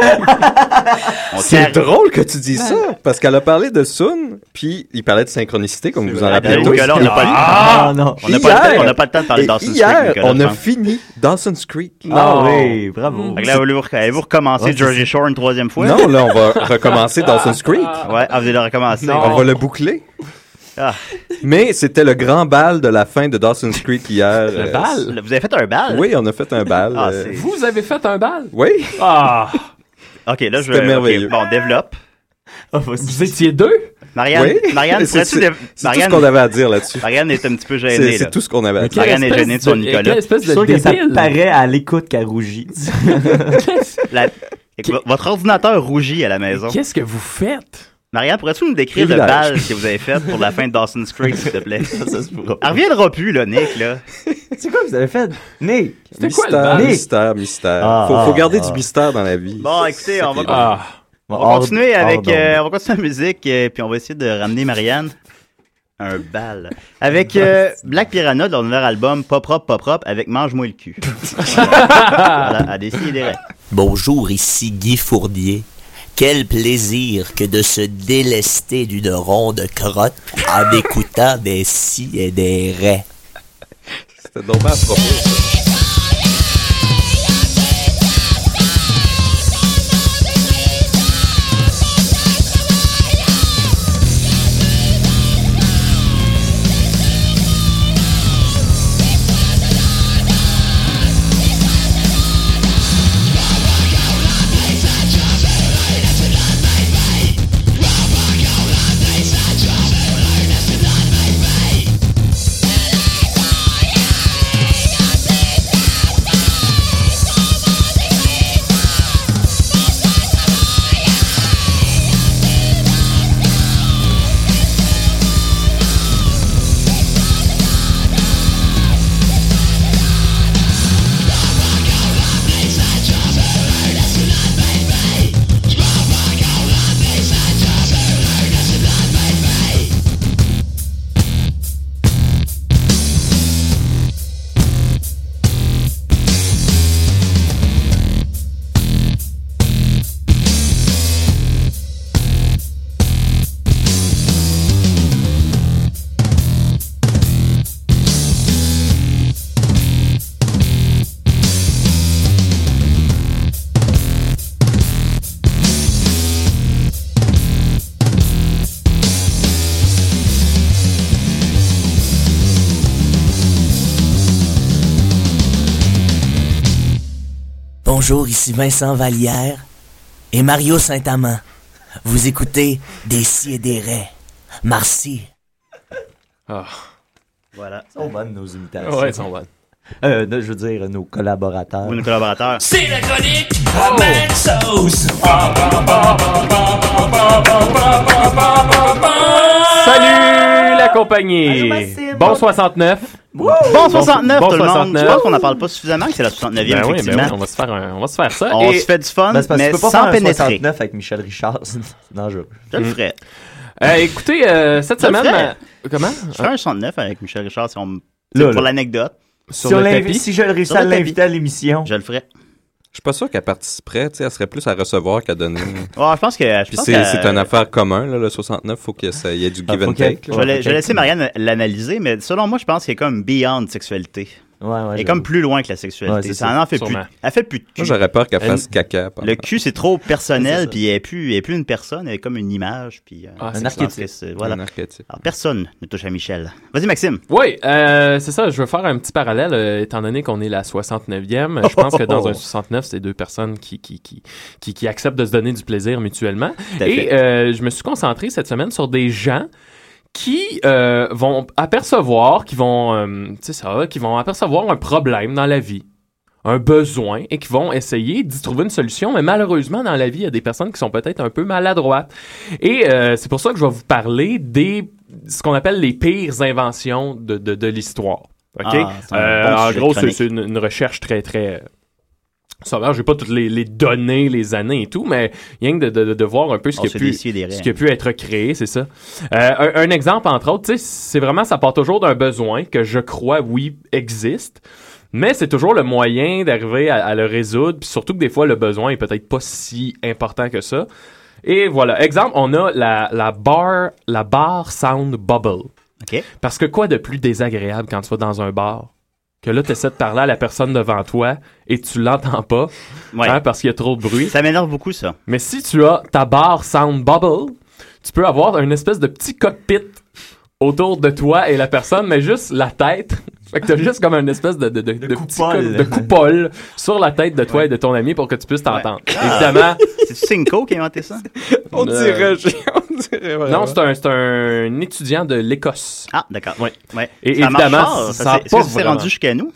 Speaker 8: C'est drôle que tu dises ça, parce qu'elle a parlé de Sun, puis il parlait de synchronicité, comme vous en rappelez
Speaker 5: Allez,
Speaker 8: tous.
Speaker 5: Nicolas, ben on n'a pas le-
Speaker 8: Ah!
Speaker 5: Ah, non. On n'a pas le temps-
Speaker 8: Hier-
Speaker 5: on n'a pas le temps de parler de
Speaker 8: et
Speaker 5: Dawson's
Speaker 8: hier,
Speaker 5: Creek, Nicolas,
Speaker 8: on a
Speaker 5: je pense.
Speaker 8: fini Dawson's Creek.
Speaker 5: Ah oui, bravo.
Speaker 8: Mm.
Speaker 5: Fait que là, voulez-vous rec- allez-vous recommencer
Speaker 8: Ouais, c'est-
Speaker 5: Jersey Shore une troisième fois?
Speaker 8: Non, là, on va recommencer Dawson's Creek.
Speaker 5: Ouais, ah, vous allez le recommencer.
Speaker 8: On va le boucler. Mais c'était le grand bal de la fin de Dawson's Creek hier.
Speaker 5: Le
Speaker 8: Euh,
Speaker 5: bal? Vous avez fait un bal?
Speaker 8: Oui, on a fait un bal.
Speaker 5: Ah,
Speaker 8: euh,
Speaker 5: c'est-
Speaker 7: Vous avez fait un bal?
Speaker 8: Oui.
Speaker 7: Ah!
Speaker 5: OK, là, je
Speaker 8: C'était
Speaker 5: vais.
Speaker 8: merveilleux.
Speaker 5: ok, bon, développe.
Speaker 10: Ah,
Speaker 7: Vous étiez deux?
Speaker 5: Marianne,
Speaker 8: Oui.
Speaker 5: Marianne,
Speaker 8: C'est-
Speaker 5: pourrais-tu
Speaker 8: c'est-
Speaker 5: dé-
Speaker 8: c'est tout ce qu'on avait à dire là-dessus.
Speaker 5: Marianne est un petit peu gênée.
Speaker 8: C'est- c'est
Speaker 5: là.
Speaker 8: tout ce qu'on avait à dire.
Speaker 5: Marianne est
Speaker 8: Quelle
Speaker 5: gênée de son
Speaker 8: espèce de-
Speaker 5: Nicolas.
Speaker 8: quelle espèce
Speaker 10: Je suis sûr que ça paraît à l'écoute qu'elle rougit.
Speaker 5: La- Écoute, Votre ordinateur rougit à la maison.
Speaker 7: Qu'est-ce que vous faites?
Speaker 5: Marianne, pourrais-tu nous décrire le
Speaker 7: Privilège.
Speaker 5: bal que vous avez fait pour la fin de Dawson's Creek, s'il te plaît? ça se pourra. Elle reviendra plus, là, Nick, là.
Speaker 10: C'est quoi que vous avez fait? Nick!
Speaker 8: C'était quoi, le bal? Mystère, mystère. Faut- faut garder du mystère dans la vie.
Speaker 5: Ah, Bon, écoutez, on va,
Speaker 8: Ah.
Speaker 5: on va
Speaker 8: Hors-
Speaker 5: continuer
Speaker 8: hors
Speaker 5: avec...
Speaker 8: d'onde.
Speaker 5: euh, on va continuer la musique, euh, puis on va essayer de ramener Marianne à un bal. Avec euh, Black Piranha de leur nouvel album Pas propre, pas propre, avec Mange-moi le cul. voilà, à décider.
Speaker 17: Bonjour, ici Guy Fournier. Quel plaisir que de se délester d'une ronde crotte en écoutant des si et des raies.
Speaker 8: C'était dommage à propos.
Speaker 17: Bonjour, ici Vincent Vallière et Mario Saint-Amand. Vous écoutez Des si et des raies. Merci.
Speaker 5: Voilà.
Speaker 10: Ils sont bonnes, nos imitations.
Speaker 7: Ah. Ouais, elles sont bonnes.
Speaker 10: Euh, je veux dire, nos collaborateurs.
Speaker 5: Oui, nos collaborateurs.
Speaker 6: C'est la chronique à Mac Sauce.
Speaker 7: Salut la compagnie! Bon 69!
Speaker 5: Bon 69,
Speaker 7: Bon
Speaker 5: tout le monde.
Speaker 7: 69.
Speaker 5: Je pense qu'on n'en parle pas suffisamment que c'est la 69e,
Speaker 7: Ben oui, ben
Speaker 5: effectivement.
Speaker 7: oui, on va se faire un- on va se faire ça.
Speaker 5: On
Speaker 7: Et-
Speaker 5: se fait du fun,
Speaker 10: Ben, c'est parce que
Speaker 5: mais
Speaker 10: tu peux pas faire
Speaker 5: sans
Speaker 10: un
Speaker 5: pénétrer.
Speaker 10: 69 avec Michel Richard, c'est dangereux.
Speaker 5: Je le
Speaker 10: Mm.
Speaker 5: ferais.
Speaker 7: Euh, écoutez, euh, cette
Speaker 5: Je le
Speaker 7: semaine.
Speaker 5: ferais.
Speaker 7: euh, comment?
Speaker 5: Je ferais un 69 avec Michel Richard si on me-
Speaker 10: Là,
Speaker 5: pour
Speaker 10: là.
Speaker 5: l'anecdote.
Speaker 10: Si on l'invite- si je le réussis
Speaker 5: Sur le
Speaker 10: à
Speaker 5: tapis.
Speaker 10: l'inviter à l'émission.
Speaker 5: Je le ferai.
Speaker 8: Je suis pas sûr qu'elle participerait, tu sais, elle serait plus à recevoir qu'à donner.
Speaker 5: Ouais, je pense que. Je
Speaker 8: Puis
Speaker 5: pense
Speaker 8: c'est
Speaker 5: que- Ah,
Speaker 8: c'est une affaire commune, là, le 69, faut qu'il y ait ça- il y ait du give and take.
Speaker 5: Je vais, la- je vais laisser Marianne l'analyser, mais selon moi, je pense qu'il est comme beyond sexualité. Il est
Speaker 8: j'avoue.
Speaker 5: comme plus loin que la sexualité.
Speaker 8: Ouais, c'est
Speaker 5: ça
Speaker 8: ça.
Speaker 5: en fait plus.
Speaker 8: Sûrement.
Speaker 5: Elle fait plus de cul.
Speaker 8: Moi, j'aurais peur qu'elle
Speaker 5: Elle-
Speaker 8: fasse caca. pendant-
Speaker 5: Le cul, c'est trop personnel, puis elle est plus, elle est plus une personne, elle est comme une image, puis euh,
Speaker 7: Ah,
Speaker 5: je
Speaker 7: c'est
Speaker 5: pense
Speaker 7: archétype.
Speaker 5: que c'est- Voilà.
Speaker 7: Un
Speaker 5: Alors, personne ne touche à Michel. Vas-y, Maxime.
Speaker 7: Oui, euh, c'est ça, je veux faire un petit parallèle, euh, étant donné qu'on est la 69e.
Speaker 5: Oh,
Speaker 7: euh, Je pense que dans un 69, c'est deux personnes qui, qui, qui, qui, qui acceptent de se donner du plaisir mutuellement.
Speaker 5: Tout à
Speaker 7: Et
Speaker 5: fait.
Speaker 7: euh, je me suis concentré cette semaine sur des gens qui euh, vont apercevoir, qui vont, euh, tu sais ça, qui vont apercevoir un problème dans la vie un besoin et qui vont essayer d'y trouver une solution. Mais malheureusement, dans la vie, il y a des personnes qui sont peut-être un peu maladroites. Et euh, c'est pour ça que je vais vous parler des ce qu'on appelle les pires inventions de, de, de l'histoire. OK? Euh,
Speaker 5: Ah, c'est un bon
Speaker 7: en
Speaker 5: sujet de
Speaker 7: gros, c'est
Speaker 5: chronique.
Speaker 7: c'est une, une recherche très, très euh, Sauveur, j'ai pas toutes les, les données, les années et tout, mais rien que de, de, de voir un peu ce,
Speaker 5: On
Speaker 7: qui a,
Speaker 5: se
Speaker 7: pu,
Speaker 5: décide des
Speaker 7: ce
Speaker 5: rêves.
Speaker 7: qui a pu être créé, c'est ça. Euh, un, un exemple, entre autres, tu sais, c'est vraiment, ça part toujours d'un besoin que je crois, oui, existe, mais c'est toujours le moyen d'arriver à, à le résoudre, puis surtout que des fois, le besoin est peut-être pas si important que ça. Et voilà, exemple, on a la, la bar, la bar sound bubble. Parce que quoi de plus désagréable quand tu vas dans un bar que là, tu essaies de parler à la personne devant toi et tu l'entends pas hein, parce qu'il y a trop de bruit.
Speaker 5: Ça m'énerve beaucoup, ça.
Speaker 7: Mais si tu as ta barre Sound Bubble, tu peux avoir une espèce de petit cockpit autour de toi et la personne, mais juste la tête. Fait que t'as juste comme une espèce de, de, de, de petit co-
Speaker 5: coupole.
Speaker 7: de coupole sur la tête de toi et de ton ami pour que tu puisses t'entendre.
Speaker 5: Ah.
Speaker 7: Évidemment.
Speaker 5: C'est Cinco qui a inventé ça?
Speaker 7: On dirait-
Speaker 5: on dirait
Speaker 7: Non, c'est un, c'est un étudiant de l'Écosse.
Speaker 5: Ah, d'accord, oui. Ouais.
Speaker 7: Et
Speaker 5: Ça marche
Speaker 7: évidemment,
Speaker 5: fort, ça,
Speaker 7: ça a
Speaker 5: c'est- est-ce
Speaker 7: pas
Speaker 5: que c'est
Speaker 7: vraiment-
Speaker 5: rendu jusqu'à nous?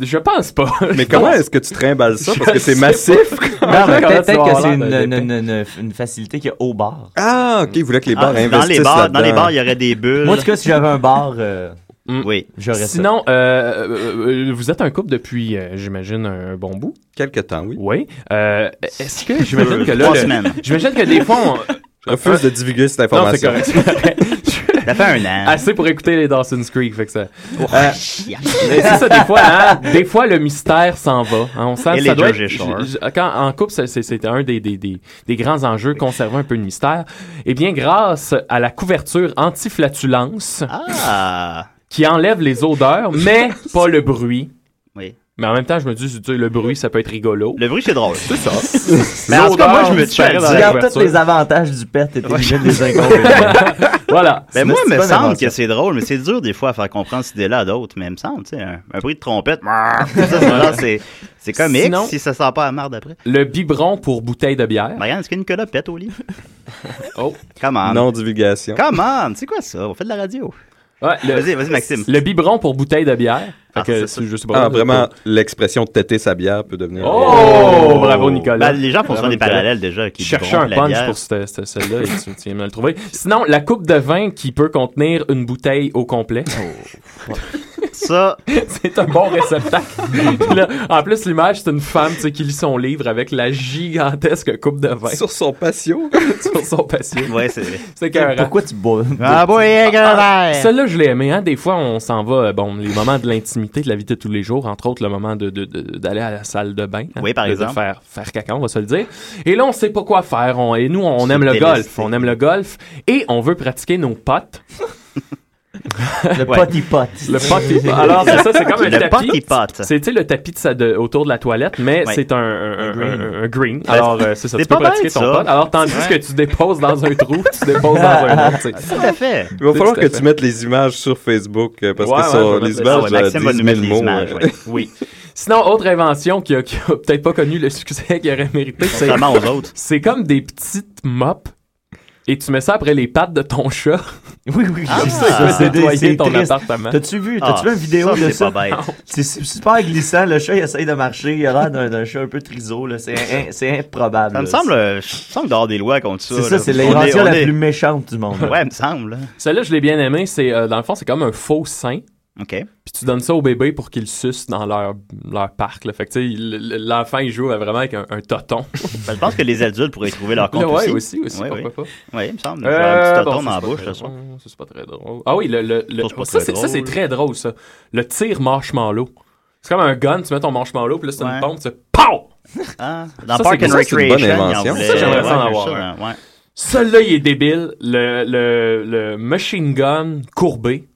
Speaker 7: Je pense pas.
Speaker 8: Mais comment est-ce que tu trimballes ça? Parce que c'est massif.
Speaker 10: Non, mais peut-être que c'est une, une, une- une- une facilité qu'il y a au bar.
Speaker 8: Ah, ok, il voulait que les
Speaker 10: Ah,
Speaker 8: bars
Speaker 10: dans les
Speaker 8: investissent.
Speaker 10: bars-
Speaker 8: là-dedans.
Speaker 10: dans
Speaker 8: Mm.
Speaker 10: les bars, il
Speaker 5: Il y aurait des bulles.
Speaker 10: Moi, en tout cas, si j'avais un bar, euh,
Speaker 5: Oui.
Speaker 10: j'aurais ça.
Speaker 7: Sinon, euh, euh, euh, vous êtes un couple depuis, euh, j'imagine, un bon bout.
Speaker 8: Quelque temps, oui.
Speaker 7: Oui. Euh, Est-ce que j'imagine que là,
Speaker 8: Trois
Speaker 7: le-
Speaker 8: semaines.
Speaker 7: j'imagine que des fois, on-
Speaker 8: Je refuse de divulguer cette information.
Speaker 7: Non, c'est correct. ça
Speaker 5: fait un an.
Speaker 7: Assez pour écouter les Dawson's Creek, fait que ça. Euh, mais c'est ça, des fois, hein, des fois, le mystère s'en va. hein, on sent
Speaker 5: Et
Speaker 7: que ça
Speaker 5: les
Speaker 7: doit être,
Speaker 5: Jersey Shore.
Speaker 7: je- je- quand, en couple, c'est- c'est- c'était un des, des, des, des grands enjeux, conserver un peu le mystère. Eh bien, grâce à la couverture anti-flatulence,
Speaker 5: Ah!
Speaker 7: qui enlève les odeurs, mais pas le bruit.
Speaker 5: Oui.
Speaker 7: Mais en même temps, je me dis, tu sais, le bruit, ça peut être rigolo.
Speaker 5: Le bruit, c'est drôle.
Speaker 7: C'est ça.
Speaker 5: Mais en tout cas, moi,
Speaker 7: L'odeur
Speaker 5: je me
Speaker 7: disparaît
Speaker 5: tiens
Speaker 7: dans la
Speaker 10: Regarde tous
Speaker 7: couverture.
Speaker 10: les avantages du pet et t'élimines les inconvénients.
Speaker 7: voilà.
Speaker 5: Ben
Speaker 10: C'est
Speaker 5: moi,
Speaker 10: une
Speaker 5: il me
Speaker 10: bonne
Speaker 5: semble
Speaker 10: invention.
Speaker 5: que c'est drôle, mais c'est dur des fois à faire comprendre cette idée-là à d'autres. Mais il me semble, tu sais, un, un bruit de trompette, ça, c'est- là, c'est c'est comique
Speaker 7: Sinon-
Speaker 5: si ça sent pas la marde après.
Speaker 7: Le biberon pour bouteille de bière.
Speaker 5: Marianne, est-ce que Nicolas pète au lit?
Speaker 7: oh.
Speaker 5: Come on.
Speaker 8: Non divulgation.
Speaker 5: Come on, c'est quoi ça? On fait de la radio.
Speaker 7: Ouais, le-
Speaker 5: Vas-y, vas-y, Maxime.
Speaker 7: Le biberon pour bouteille de bière. Fait
Speaker 5: Ah,
Speaker 7: que
Speaker 5: c'est
Speaker 7: c'est- je sais pas.
Speaker 8: Ah, vraiment, l'expression têter sa bière peut devenir.
Speaker 7: Oh, bravo Nicolas.
Speaker 5: Ben, les gens font souvent
Speaker 7: Bravo,
Speaker 5: des
Speaker 7: Nicolas.
Speaker 5: parallèles déjà avec les
Speaker 7: Cherchez
Speaker 5: biberons
Speaker 7: un
Speaker 5: et la
Speaker 7: punch
Speaker 5: bière.
Speaker 7: pour cette- cette- celle-là et tu, tu viens de le trouver. Sinon, la coupe de vin qui peut contenir une bouteille au complet.
Speaker 5: Oh. Ça,
Speaker 7: c'est un bon réceptacle. Puis là, en plus, l'image, c'est une femme tu sais, qui lit son livre avec la gigantesque coupe de vin.
Speaker 8: Sur son patio.
Speaker 7: Sur son patio.
Speaker 5: Ouais, c'est.
Speaker 7: C'est carré.
Speaker 10: Pourquoi tu bois?
Speaker 5: Ah, boy,
Speaker 7: Ah, Celle-là, je l'ai aimé. Hein? Des fois, on s'en va, euh, bon, les moments de l'intimité, de la vie de tous les jours, entre autres le moment de, de- de- d'aller à la salle de bain. hein,
Speaker 5: Oui, par
Speaker 7: de- de
Speaker 5: exemple.
Speaker 7: faire, faire caca, on va se le dire. Et là, on sait pas quoi faire. On, et nous, on aime le
Speaker 5: délesté.
Speaker 7: golf. On aime le golf. Et on veut pratiquer nos potes.
Speaker 10: Le
Speaker 7: Ouais.
Speaker 10: potty pot.
Speaker 7: Le potty pot. Alors, c'est ça, c'est comme un
Speaker 5: Le
Speaker 7: tapis.
Speaker 5: potty pot.
Speaker 7: C'est, tu sais, le tapis de sa- de- autour de la toilette, mais
Speaker 5: Ouais.
Speaker 7: c'est un, un-
Speaker 5: Un
Speaker 7: un-
Speaker 5: green.
Speaker 7: un- un green.
Speaker 5: Ben,
Speaker 7: Alors, euh, c'est ça,
Speaker 5: c'est
Speaker 7: tu peux
Speaker 5: pas mal,
Speaker 7: pratiquer ton
Speaker 5: ça.
Speaker 7: pot. Alors, tandis
Speaker 5: Ouais.
Speaker 7: que tu déposes dans un trou, tu déposes dans un autre. tu sais.
Speaker 5: Tout à fait.
Speaker 8: Il va falloir
Speaker 7: Tout
Speaker 8: que
Speaker 7: à
Speaker 8: tu
Speaker 7: fait.
Speaker 8: mettes les images sur Facebook euh, parce
Speaker 7: Ouais,
Speaker 8: que
Speaker 7: ouais,
Speaker 8: sur
Speaker 7: je vais
Speaker 8: les
Speaker 7: mettre ça.
Speaker 8: images,
Speaker 7: Ouais,
Speaker 8: euh,
Speaker 7: Maxime va
Speaker 8: 10 000
Speaker 7: nous mettre les
Speaker 8: mots.
Speaker 5: images,
Speaker 8: euh,
Speaker 5: ouais.
Speaker 7: Oui. Sinon, autre invention qui a, qui a peut-être pas connu le succès qu'il aurait mérité, c'est.
Speaker 5: Contrairement aux autres.
Speaker 7: C'est comme des petites mops. Et tu mets ça après les pattes de ton chat.
Speaker 10: Oui, oui,
Speaker 7: Ah,
Speaker 10: j'ai
Speaker 7: ça,
Speaker 10: ça.
Speaker 7: c'est nettoyer
Speaker 10: c'est
Speaker 7: ton
Speaker 10: triste.
Speaker 7: appartement.
Speaker 10: T'as-tu vu,
Speaker 7: Ah,
Speaker 10: t'as-tu vu une vidéo
Speaker 7: ça,
Speaker 10: de
Speaker 7: c'est
Speaker 10: ça?
Speaker 7: pas bête.
Speaker 10: C'est su- super glissant. Le chat, il essaye de marcher. Il a l'air d'un d'un chat un peu triso. là. C'est in- c'est improbable.
Speaker 5: Ça me
Speaker 10: là.
Speaker 5: semble, euh, je semble d'avoir des lois contre ça.
Speaker 10: C'est ça,
Speaker 5: là.
Speaker 10: c'est
Speaker 5: On
Speaker 10: l'invention
Speaker 5: est- on
Speaker 10: la
Speaker 5: est-
Speaker 10: plus méchante du monde.
Speaker 5: Ouais, il me semble.
Speaker 7: Celle-là, je l'ai bien aimé. C'est, euh, dans le fond, c'est comme un faux sein.
Speaker 5: OK. Puis
Speaker 7: tu donnes ça aux bébés pour qu'ils sucent dans leur, leur parc. Là. Fait que, tu sais, il- l- l'enfant, il joue vraiment avec un, un toton.
Speaker 5: Ben, je pense que les adultes pourraient y trouver leur compte
Speaker 7: Ouais, ouais,
Speaker 5: aussi.
Speaker 7: aussi, aussi,
Speaker 5: Ouais,
Speaker 7: pourquoi
Speaker 5: ouais.
Speaker 7: pas.
Speaker 5: Ouais, il me semble.
Speaker 7: Euh,
Speaker 5: J'ai un petit
Speaker 7: bon,
Speaker 5: toton
Speaker 7: ça,
Speaker 5: dans la
Speaker 7: c'est pas
Speaker 5: bouche
Speaker 7: très
Speaker 5: ce soir.
Speaker 7: drôle. Ça, c'est pas très drôle. Ah oui, le, le, le-
Speaker 5: c'est pas
Speaker 7: ça,
Speaker 5: très
Speaker 7: c'est, ça, c'est
Speaker 5: drôle.
Speaker 7: très drôle, ça. Le tir marshmallow. C'est comme un gun, tu mets ton marshmallow, puis là, c'est
Speaker 5: Ouais.
Speaker 7: une bombe, tu fais POW!
Speaker 5: Ah, dans
Speaker 7: Ça,
Speaker 5: Park
Speaker 7: c'est-
Speaker 5: and
Speaker 7: ça, c'est une
Speaker 5: Recreation,
Speaker 7: bonne
Speaker 5: il en
Speaker 7: invention.
Speaker 5: voulait.
Speaker 7: Ça, j'aimerais
Speaker 5: Ouais,
Speaker 7: ça en
Speaker 5: ouais,
Speaker 7: avoir.
Speaker 5: ça,
Speaker 7: un.
Speaker 5: ouais.
Speaker 7: Celui-là, il est débile. Le, le, le machine gun courbé.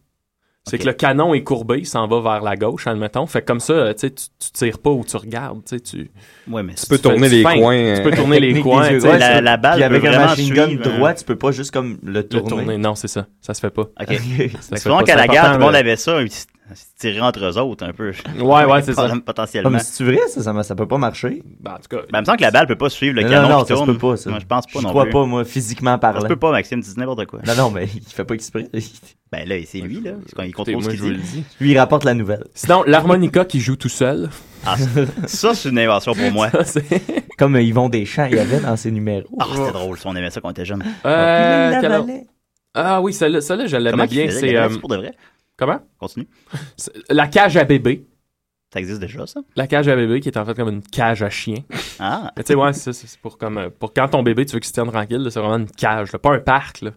Speaker 7: C'est que le canon est courbé, il s'en va vers la gauche, admettons. Fait que comme ça, euh, tu sais, tu tu tires pas ou tu regardes, tu sais, tu...
Speaker 5: Ouais, mais tu
Speaker 8: peux
Speaker 7: fais-
Speaker 8: tourner les
Speaker 7: feintes.
Speaker 8: coins,
Speaker 7: Tu
Speaker 8: euh,
Speaker 7: peux tourner les
Speaker 10: Technique des
Speaker 7: coins,
Speaker 10: yeux.
Speaker 7: tu sais.
Speaker 10: Ouais,
Speaker 5: la-
Speaker 10: c'est-
Speaker 5: la balle
Speaker 10: Puis avec
Speaker 5: peut
Speaker 10: un
Speaker 5: vraiment
Speaker 10: machine gun
Speaker 5: suivre,
Speaker 10: droit,
Speaker 5: hein.
Speaker 10: tu peux pas juste comme le
Speaker 7: Le
Speaker 10: tourner.
Speaker 7: tourner, non, c'est ça. Ça se fait pas.
Speaker 5: OK.
Speaker 7: Ça se fait
Speaker 5: souvent
Speaker 7: pas,
Speaker 5: qu'à la
Speaker 7: c'est
Speaker 5: guerre, tout
Speaker 7: important,
Speaker 5: le monde
Speaker 7: là.
Speaker 5: avait ça, un petit tiré entre eux autres un peu.
Speaker 7: Ouais, ouais, c'est ça.
Speaker 10: Ah,
Speaker 5: Potentiellement.
Speaker 10: mais c'est vrai, ça, ça, me- ça peut pas marcher.
Speaker 7: Ben, en tout cas,
Speaker 5: Ben, il me semble que la balle peut pas suivre le
Speaker 10: non,
Speaker 5: canon
Speaker 10: non,
Speaker 5: qui
Speaker 10: ça se
Speaker 5: tourne.
Speaker 10: peut pas, ça.
Speaker 5: Moi, je pense pas
Speaker 10: Je
Speaker 5: non
Speaker 10: crois
Speaker 5: plus.
Speaker 10: pas, moi, physiquement
Speaker 5: Ça
Speaker 10: parlant.
Speaker 5: se peut pas, Maxime, dis n'importe quoi.
Speaker 10: Non, non, mais il fait pas exprès.
Speaker 5: Ben là, c'est lui, là. C'est quand il
Speaker 7: Écoutez,
Speaker 5: contrôle ce
Speaker 7: moi,
Speaker 5: qu'il
Speaker 7: je vous
Speaker 5: dit.
Speaker 7: le dis.
Speaker 10: Lui, il rapporte la nouvelle.
Speaker 7: Sinon, l'harmonica qui joue tout seul.
Speaker 5: Ah, ça, c'est une invention pour moi.
Speaker 7: Ça, c'est-
Speaker 10: Comme euh, Yvon Deschamps, il y avait dans ses numéros.
Speaker 5: Ah, c'était drôle, ça, on aimait ça quand on était jeune.
Speaker 7: Euh,
Speaker 10: Il l'avalait.
Speaker 7: quelle autre? Ah oui, celle-là, celle-là je l'aimais
Speaker 5: Comment il
Speaker 7: bien. euh,
Speaker 5: faisait,
Speaker 7: C'est
Speaker 5: il avait
Speaker 7: euh,
Speaker 5: ça pour de vrai?
Speaker 7: comment
Speaker 5: Continue.
Speaker 7: C'est- La cage à bébé.
Speaker 5: Ça existe déjà, ça?
Speaker 7: La cage à bébé qui est en fait comme une cage à chien.
Speaker 5: Ah!
Speaker 7: Tu sais, ouais, c'est ça, c'est c'est pour, comme, euh, pour quand ton bébé, tu veux qu'il se tienne tranquille, là, c'est vraiment une cage, là, pas un parc. Là.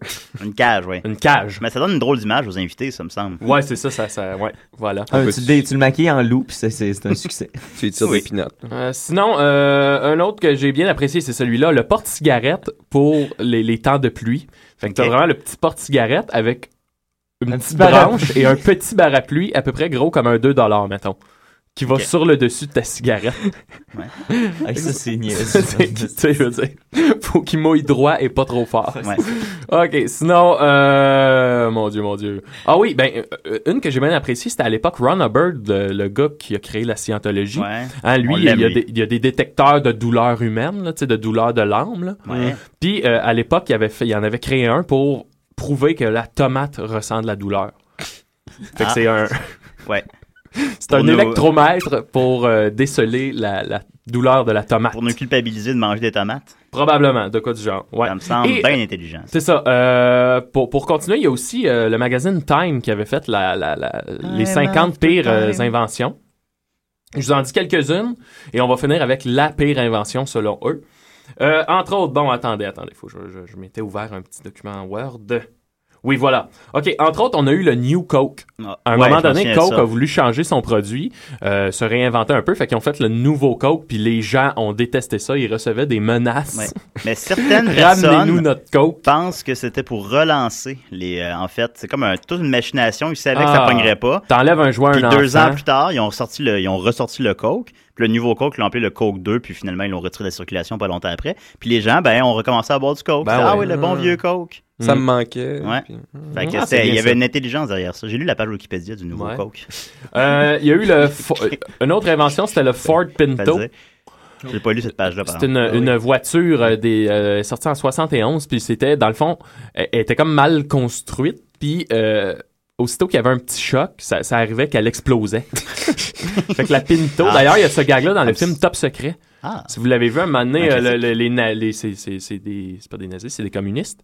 Speaker 5: Une cage, oui.
Speaker 7: Une cage.
Speaker 5: Mais ça donne une drôle d'image aux invités, ça me semble.
Speaker 7: Ouais, c'est ça, ça, ça, ouais, voilà.
Speaker 10: Ah, tu, le, dé- tu le maquilles en loup, puis c'est- c'est c'est un succès.
Speaker 8: tu lui tires
Speaker 7: Oui.
Speaker 8: des pinottes.
Speaker 7: Euh, sinon, euh, un autre que j'ai bien apprécié, c'est celui-là, le porte-cigarette pour les, les temps de pluie. Fait que t'as vraiment le petit porte-cigarette avec une petite branche
Speaker 10: parapluie.
Speaker 7: et un petit parapluie à peu près gros comme un 2$, mettons, qui va sur le dessus de ta cigarette.
Speaker 10: Ah, ça, c'est niaiseux.
Speaker 7: C'est- tu sais, je veux dire, faut qu'il mouille droit et pas trop fort.
Speaker 10: Ouais.
Speaker 7: OK, sinon, euh, mon Dieu, mon Dieu. Ah oui, ben, euh, une que j'ai bien appréciée, c'était à l'époque Ron Hubbard, euh, le gars qui a créé la scientologie.
Speaker 5: Ouais.
Speaker 7: Hein,
Speaker 5: On
Speaker 7: lui, il y, a
Speaker 5: l'aime, lui.
Speaker 7: des, il y a des détecteurs de douleurs humaines, là, tu sais, de douleurs de l'âme. là.
Speaker 5: Ouais.
Speaker 7: Puis, euh, à l'époque, il, avait fait- il en avait créé un pour prouver que la tomate ressent de la douleur. Fait que
Speaker 5: Ah.
Speaker 7: c'est un...
Speaker 5: Ouais.
Speaker 7: C'est un
Speaker 5: Pour nous-
Speaker 7: électromètre pour euh, déceler la, la douleur de la tomate. Pour
Speaker 5: nous culpabiliser de manger des tomates.
Speaker 7: Probablement, de quoi du genre. Ouais. Ça me
Speaker 5: semble bien intelligent,
Speaker 7: C'est ça. Euh, pour, pour continuer, il y a aussi euh, le magazine Time qui avait fait la, la- la- les
Speaker 10: Time
Speaker 7: 50
Speaker 10: after
Speaker 7: pires euh,
Speaker 10: time.
Speaker 7: inventions. Je vous en dis quelques-unes et on va finir avec la pire invention selon eux. Euh, entre autres, bon, attendez, attendez, faut, que je, je- je m'étais ouvert un petit document en Word. Oui, voilà. OK, entre autres, on a eu le New Coke. À un
Speaker 5: Ah, ouais,
Speaker 7: moment
Speaker 5: je me
Speaker 7: donné,
Speaker 5: souviens de
Speaker 7: Coke
Speaker 5: ça.
Speaker 7: a voulu changer son produit, euh, se réinventer un peu, fait qu'ils ont fait le nouveau Coke, puis les gens ont détesté ça, ils recevaient des menaces.
Speaker 5: Ouais. Mais certaines
Speaker 7: Ramenez-nous
Speaker 5: personnes
Speaker 7: notre coke.
Speaker 5: pensent que c'était pour relancer les. euh, en fait, c'est comme un- toute une machination. Ils savaient que
Speaker 7: Ah.
Speaker 5: ça pognerait pas.
Speaker 7: T'enlèves un joueur,
Speaker 5: Puis
Speaker 7: un
Speaker 5: deux
Speaker 7: enfant.
Speaker 5: ans plus tard, ils ont, sorti le, ils ont ressorti le Coke. Puis le nouveau Coke, ils l'ont appelé le Coke 2. Puis finalement, ils l'ont retiré de la circulation pas longtemps après. Puis les gens, ben, ont recommencé à boire du Coke.
Speaker 8: Ben
Speaker 5: ah
Speaker 8: ouais.
Speaker 5: oui, le bon vieux Coke.
Speaker 8: Ça
Speaker 5: Mm.
Speaker 8: me manquait.
Speaker 5: Ouais.
Speaker 8: puis-
Speaker 5: Fait que
Speaker 8: Ah,
Speaker 5: c'était-
Speaker 8: c'est
Speaker 5: il y
Speaker 8: bien
Speaker 5: avait
Speaker 8: ça.
Speaker 5: une intelligence derrière ça. J'ai lu la page Wikipédia du nouveau
Speaker 7: Ouais.
Speaker 5: Coke.
Speaker 7: Euh, Il y a eu le fo- euh, une autre invention, c'était le Ford Pinto.
Speaker 5: Vas-y. J'ai pas lu cette page-là. par
Speaker 7: C'est une,
Speaker 5: exemple. Ah
Speaker 7: une voiture euh, des, euh, sortie en 71, puis c'était, dans le fond, elle, elle était comme mal construite, puis euh, aussitôt qu'il y avait un petit choc, ça, ça arrivait qu'elle explosait. fait que la Pinto,
Speaker 10: Ah.
Speaker 7: d'ailleurs, il y a ce gag-là dans le
Speaker 10: Ah,
Speaker 7: film Top Secret.
Speaker 10: Ah.
Speaker 7: Si vous l'avez vu, un moment donné,
Speaker 10: Un
Speaker 7: euh, le- le- les, na- les- c'est c'est- c'est des, c'est pas des nazis, c'est des communistes.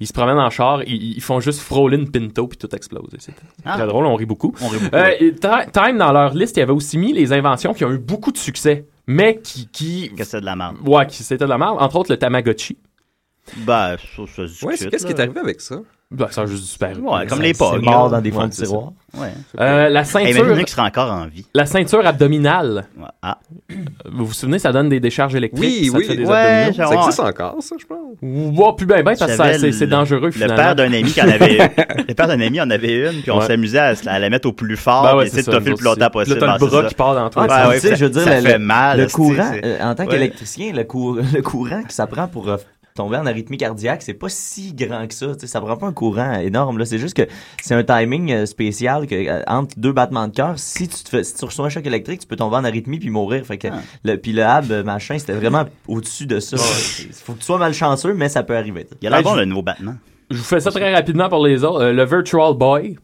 Speaker 7: Ils se promènent en char, ils, ils font juste frôler une Pinto, puis tout explose. C'est
Speaker 10: Ah.
Speaker 7: très drôle, on rit beaucoup.
Speaker 5: On rit beaucoup,
Speaker 7: Euh,
Speaker 5: ouais.
Speaker 7: et Ti- Time, dans leur liste, il y avait aussi mis les inventions qui ont eu beaucoup de succès, mais qui... qui...
Speaker 5: Que c'était de la merde.
Speaker 7: Ouais, qui c'était de la merde. Entre autres, le Tamagotchi.
Speaker 5: Ben, ça, ça se
Speaker 8: Ouais,
Speaker 5: discute,
Speaker 8: qu'est-ce qui
Speaker 5: là.
Speaker 8: est arrivé avec ça?
Speaker 7: Ben, ça a juste disparu.
Speaker 5: Ouais, comme
Speaker 7: Ça-
Speaker 5: les
Speaker 7: c'est
Speaker 5: pogs,
Speaker 7: mort
Speaker 5: là.
Speaker 7: dans des fonds
Speaker 5: Ouais,
Speaker 7: de
Speaker 5: c'est
Speaker 7: tiroir.
Speaker 5: ça. Ouais.
Speaker 7: Euh, la
Speaker 5: Hey,
Speaker 7: ceinture...
Speaker 5: imaginez qu'il serait encore en vie.
Speaker 7: La ceinture abdominale.
Speaker 5: Ah.
Speaker 7: Vous vous souvenez, ça donne des décharges électriques.
Speaker 8: Oui,
Speaker 7: puis ça
Speaker 8: oui.
Speaker 7: te fait des
Speaker 8: Ouais,
Speaker 7: abdominaux.
Speaker 8: ça existe encore, ça, je pense.
Speaker 7: Ouais, plus ben, ben, parce que ça-
Speaker 5: J'avais
Speaker 7: c'est c'est
Speaker 5: le-
Speaker 7: dangereux, finalement.
Speaker 5: Le père d'un ami qui en avait le père d'un ami en avait une, puis on
Speaker 7: Ouais.
Speaker 5: s'amusait à, se- à la mettre au plus fort,
Speaker 7: Ben ouais,
Speaker 5: puis
Speaker 7: c'est
Speaker 5: essayer de
Speaker 7: ça,
Speaker 5: toffer le
Speaker 7: nous
Speaker 5: plus
Speaker 7: autres,
Speaker 5: longtemps
Speaker 7: c'est-
Speaker 5: possible.
Speaker 7: là, t'as le
Speaker 10: ben,
Speaker 5: Ah, c'est
Speaker 7: bras
Speaker 5: ça.
Speaker 7: qui part dans toi.
Speaker 5: Ouais,
Speaker 7: Ah,
Speaker 5: ouais,
Speaker 10: tu sais,
Speaker 5: ça-
Speaker 10: je veux dire,
Speaker 5: ça
Speaker 10: le,
Speaker 5: fait
Speaker 10: le-
Speaker 5: mal.
Speaker 10: le
Speaker 5: là, c'est-
Speaker 10: courant,
Speaker 5: c'est-
Speaker 10: euh, en tant
Speaker 5: Ouais.
Speaker 10: qu'électricien, le, cour- le courant que ça prend pour euh, tomber en arythmie cardiaque, c'est pas si grand que ça. tu sais, ça prend pas un courant énorme. là. C'est juste que c'est un timing euh, spécial que, euh, entre deux battements de cœur, si tu, te fais- si tu reçois un choc électrique, tu peux tomber en arythmie puis mourir. Fait que
Speaker 5: Ah.
Speaker 10: le, puis le hab, euh, machin, c'était vraiment au-dessus de ça. Il faut que tu sois malchanceux, mais ça peut arriver.
Speaker 5: Il a l'air bon le nouveau Batman.
Speaker 7: Je vous fais ça très rapidement pour les autres. Euh, le Virtual Boy.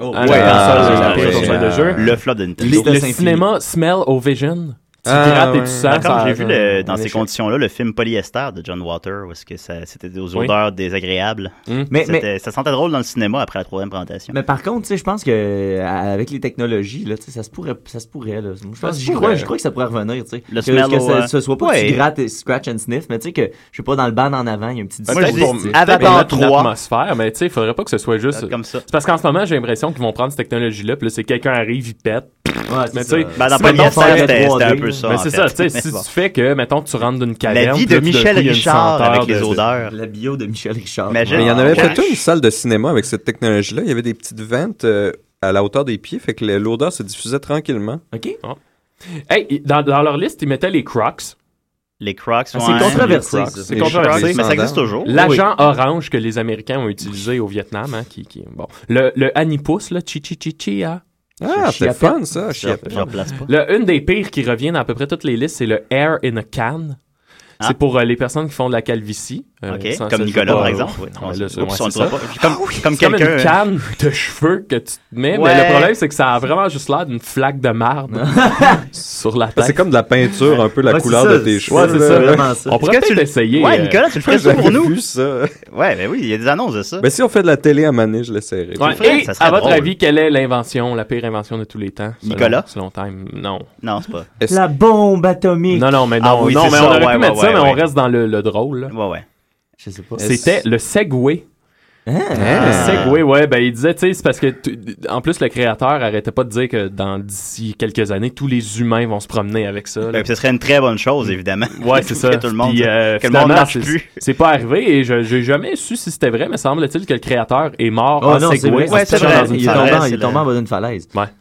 Speaker 5: Oh,
Speaker 7: Hein,
Speaker 5: ouais,
Speaker 7: la
Speaker 5: ah,
Speaker 7: console,
Speaker 5: ouais,
Speaker 7: la pire
Speaker 5: ouais,
Speaker 7: console de
Speaker 5: ouais.
Speaker 7: jeu.
Speaker 5: Le flop de Nintendo.
Speaker 7: Les-
Speaker 5: Distance
Speaker 7: Le
Speaker 5: infinie.
Speaker 7: cinéma Smell o Vision. Tu
Speaker 5: Ah,
Speaker 7: grattes et
Speaker 5: ouais.
Speaker 7: tu sens.
Speaker 5: D'accord,
Speaker 7: ça- euh,
Speaker 5: j'ai vu le- dans ces
Speaker 7: échec.
Speaker 5: conditions-là le film Polyester de John Water, où est-ce que ça- c'était des
Speaker 10: Oui.
Speaker 5: odeurs désagréables.
Speaker 7: Hmm.
Speaker 10: Mais-
Speaker 5: C'était- ça sentait drôle dans le cinéma après la troisième présentation.
Speaker 10: Mais par contre, tu sais, je pense que euh, avec les technologies, là, tu sais, ça se pourrait, ça se pourrait. Là. Moi, je
Speaker 5: Ça
Speaker 10: pense,
Speaker 5: se
Speaker 10: j'y
Speaker 5: pourrait.
Speaker 10: crois, j'y crois que ça pourrait revenir, tu sais.
Speaker 5: Le
Speaker 10: que,
Speaker 5: smell
Speaker 10: que
Speaker 5: au, euh,
Speaker 10: ça, ce soit pas que
Speaker 5: ouais.
Speaker 10: tu grattes et scratch and sniff, mais tu sais que je sais pas dans le ban en avant, il y a un petit.
Speaker 7: Moi, je
Speaker 10: dispositif,
Speaker 7: dis,
Speaker 10: tu sais.
Speaker 7: Avatar 3. atmosphère, mais tu sais, il faudrait pas que ce soit juste. Comme
Speaker 5: ça.
Speaker 7: C'est parce qu'en ce moment, j'ai l'impression qu'ils vont prendre cette technologie-là, puis là, c'est quelqu'un arrive, il pète.
Speaker 10: c'est
Speaker 7: mais
Speaker 10: ça.
Speaker 7: tu sais,
Speaker 10: Ben, dans
Speaker 7: si,
Speaker 10: Polyester,
Speaker 7: mettons, ça-
Speaker 10: c'était- c'était un peu ça,
Speaker 7: Mais
Speaker 10: en
Speaker 7: c'est
Speaker 10: fait.
Speaker 7: ça, tu sais,
Speaker 10: Mais
Speaker 7: si
Speaker 10: bon.
Speaker 7: tu fais que, mettons, tu rentres d'une caverne. puis
Speaker 5: vie de
Speaker 7: là, tout d'un
Speaker 5: Michel
Speaker 7: coup, il y a une
Speaker 5: Richard
Speaker 7: senteur
Speaker 5: avec
Speaker 7: de-
Speaker 5: les odeurs.
Speaker 10: La bio de Michel Richard.
Speaker 5: Imagine.
Speaker 8: Mais il y en
Speaker 5: Ah,
Speaker 8: avait
Speaker 5: ouais.
Speaker 8: fait une salle de cinéma avec cette technologie-là. Il y avait des petites ventes euh, à la hauteur des pieds, fait que le- l'odeur se diffusait tranquillement.
Speaker 10: OK.
Speaker 7: Hey, ils- dans, dans leur liste, ils mettaient les Crocs.
Speaker 5: Les Crocs,
Speaker 8: Ah, c'est
Speaker 5: ouais.
Speaker 8: controversé,
Speaker 5: Les Crocs.
Speaker 8: ça.
Speaker 7: C'est
Speaker 8: Les
Speaker 7: controversé.
Speaker 8: Crocs, mais ça existe toujours.
Speaker 7: L'agent orange que les Américains ont utilisé au Vietnam, hein, qui, qui- bon. Le, le Anipus, là, chi chi chi chi, hein.
Speaker 8: Ah, c'était
Speaker 7: Chiapette.
Speaker 8: fun, ça,
Speaker 7: Chiapette.
Speaker 8: Chiapette. Je replace pas.
Speaker 7: Le- une des pires qui revient dans à peu près toutes les listes, c'est le air in a can. C'est pour euh, les personnes qui font de la calvitie. Euh,
Speaker 5: Ah. OK.
Speaker 7: ça-
Speaker 5: Comme
Speaker 7: ça, je
Speaker 5: Nicolas,
Speaker 7: sais pas,
Speaker 5: par
Speaker 7: euh,
Speaker 5: exemple.
Speaker 7: ouais,
Speaker 5: Oui.
Speaker 7: non, mais là, c'est-
Speaker 5: Oups,
Speaker 7: ouais,
Speaker 5: on le
Speaker 7: c'est
Speaker 5: dira
Speaker 7: ça. Ah
Speaker 5: pas. Comme- comme
Speaker 7: C'est comme
Speaker 5: quelqu'un,
Speaker 7: une
Speaker 5: euh,
Speaker 7: canne de cheveux que tu te mets.
Speaker 5: Ouais.
Speaker 7: Mais le problème, c'est que ça a vraiment juste l'air d'une flaque de marde sur la tête.
Speaker 8: C'est comme de la peinture, un peu la
Speaker 7: Ouais,
Speaker 8: couleur
Speaker 7: c'est ça.
Speaker 8: de tes cheveux.
Speaker 7: Ouais, c'est
Speaker 8: là.
Speaker 7: ça, vraiment ça. On pourrait
Speaker 5: Est-ce que
Speaker 7: peut-être
Speaker 5: tu-
Speaker 7: essayer,
Speaker 5: Ouais,
Speaker 7: euh,
Speaker 5: Nicolas, tu le ferais ça
Speaker 8: J'avais
Speaker 5: pour nous.
Speaker 8: vu ça.
Speaker 5: Ouais, ben oui, il y a des annonces de ça.
Speaker 8: Ben, si on fait de la télé à Mané, je l'essaierai.
Speaker 7: Ouais,
Speaker 5: ferais,
Speaker 7: et
Speaker 5: ça serait
Speaker 7: à votre
Speaker 5: drôle.
Speaker 7: avis, quelle est l'invention, la pire invention de tous les temps selon-
Speaker 5: Nicolas?
Speaker 7: Selon Time, non.
Speaker 5: Non, c'est pas.
Speaker 14: La bombe atomique.
Speaker 7: Non, non, mais non,
Speaker 5: Ah oui,
Speaker 7: non,
Speaker 5: c'est
Speaker 7: mais
Speaker 5: ça,
Speaker 7: on aurait
Speaker 5: ouais,
Speaker 7: pu mettre
Speaker 5: ouais,
Speaker 7: ça,
Speaker 5: ouais,
Speaker 7: mais on
Speaker 5: ouais.
Speaker 7: reste dans le, le drôle. là.
Speaker 5: Ouais, ouais.
Speaker 14: Je sais pas.
Speaker 7: C'était le Segway.
Speaker 10: Hein?
Speaker 7: Le
Speaker 5: Ah.
Speaker 7: Segway, ouais, ben il disait, tu sais, c'est parce que, tu- en plus, le créateur arrêtait pas de dire que dans d'ici quelques années, tous les humains vont se promener avec ça. là.
Speaker 5: Ben, puis ce serait une très bonne chose, évidemment.
Speaker 7: Ouais, c'est ça.
Speaker 5: Que tout le monde,
Speaker 7: Puis, euh,
Speaker 5: que le monde
Speaker 7: finalement,
Speaker 5: marche
Speaker 7: c'est-
Speaker 5: plus.
Speaker 7: C'est pas arrivé et je j'ai jamais su si c'était vrai, mais semble-t-il que le créateur est mort
Speaker 14: Oh
Speaker 7: en
Speaker 14: non, c'est
Speaker 7: Segway.
Speaker 14: vrai. Ouais, c'est
Speaker 7: Dans
Speaker 14: vrai.
Speaker 7: une
Speaker 14: Il est
Speaker 7: falaise.
Speaker 14: tombé- il est tombé en bas d'une falaise.
Speaker 7: Ouais.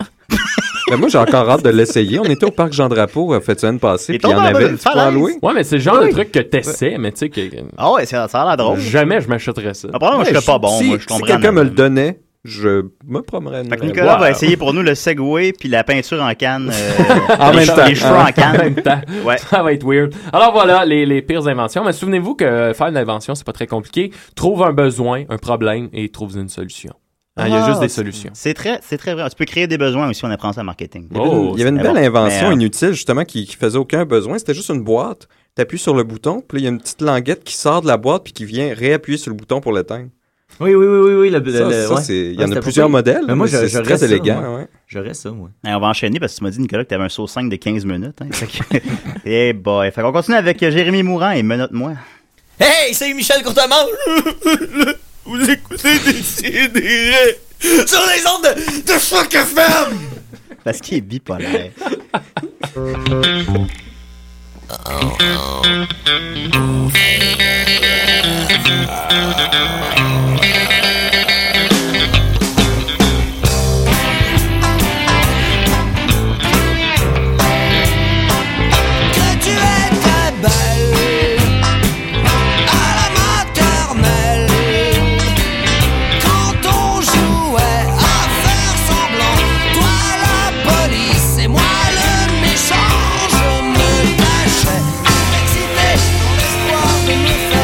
Speaker 8: Ben, moi, j'ai encore hâte de l'essayer. On était au parc Jean Drapeau, euh, fait semaine passée, puis il y en avait. tu peux en louer?
Speaker 7: Ouais, mais c'est le genre
Speaker 8: Oui.
Speaker 7: de truc que t'essaies, mais tu sais que.
Speaker 5: Ah ouais, ça ça a l'air drôle.
Speaker 7: Jamais je m'achèterais ça.
Speaker 5: Apparemment, moi, je
Speaker 8: Ouais,
Speaker 5: serais pas bon.
Speaker 8: si-
Speaker 5: moi, je
Speaker 8: Si
Speaker 5: comprends.
Speaker 8: quelqu'un me le donnait, je me promènerais.
Speaker 5: Fait que Nicolas va essayer pour nous le Segway puis la peinture en canne. euh,
Speaker 7: En
Speaker 5: les
Speaker 7: même
Speaker 5: che-
Speaker 7: temps. Ah.
Speaker 5: Les cheveux en canne.
Speaker 7: En même temps. Ça va être weird. Alors voilà, les, les pires inventions. Mais souvenez-vous que faire une invention, c'est pas très compliqué. Trouve un besoin, un problème et trouve une solution. Hein, Il y a
Speaker 5: Ah,
Speaker 7: juste des
Speaker 5: c'est-
Speaker 7: solutions.
Speaker 5: C'est très, c'est très vrai. Tu peux créer des besoins aussi, on apprend ça en marketing.
Speaker 8: Il y avait
Speaker 7: Oh,
Speaker 8: une- il y avait une
Speaker 5: Mais
Speaker 8: belle
Speaker 5: bon,
Speaker 8: invention
Speaker 5: mais, euh,
Speaker 8: inutile, justement, qui, qui faisait aucun besoin. C'était juste une boîte. T'appuies sur le bouton, puis là, il y a une petite languette qui sort de la boîte, puis qui vient réappuyer sur le bouton pour l'éteindre.
Speaker 14: Oui, oui, oui, oui, oui. le-
Speaker 8: Ça,
Speaker 14: le-
Speaker 8: ça,
Speaker 14: ouais.
Speaker 8: c'est- il y
Speaker 14: Ouais,
Speaker 8: en a
Speaker 14: c'était
Speaker 8: plusieurs
Speaker 14: pas-
Speaker 8: modèles,
Speaker 14: Mais moi,
Speaker 8: mais c'est-
Speaker 14: je-
Speaker 8: c'est
Speaker 14: j'aurais
Speaker 8: très
Speaker 14: ça,
Speaker 8: élégant,
Speaker 14: moi.
Speaker 8: ouais.
Speaker 14: J'aurais ça, moi.
Speaker 5: Hey, on va enchaîner parce que tu m'as dit, Nicolas, que tu avais un saut 5 de 15 minutes. Hein. Fait que- hey boy. Fait qu'on continue avec euh, Jérémy Mourant et Menotte-moi.
Speaker 16: Hey, c'est Michel Courtemanche. Vous écoutez Décidéré sur les ondes de, de Choc FM.
Speaker 5: Parce qu'il est bipolaire.
Speaker 16: Que tu es très belle à la maternelle Quand on jouait à faire semblant Toi la police et moi le méchant Je me cachais avec excité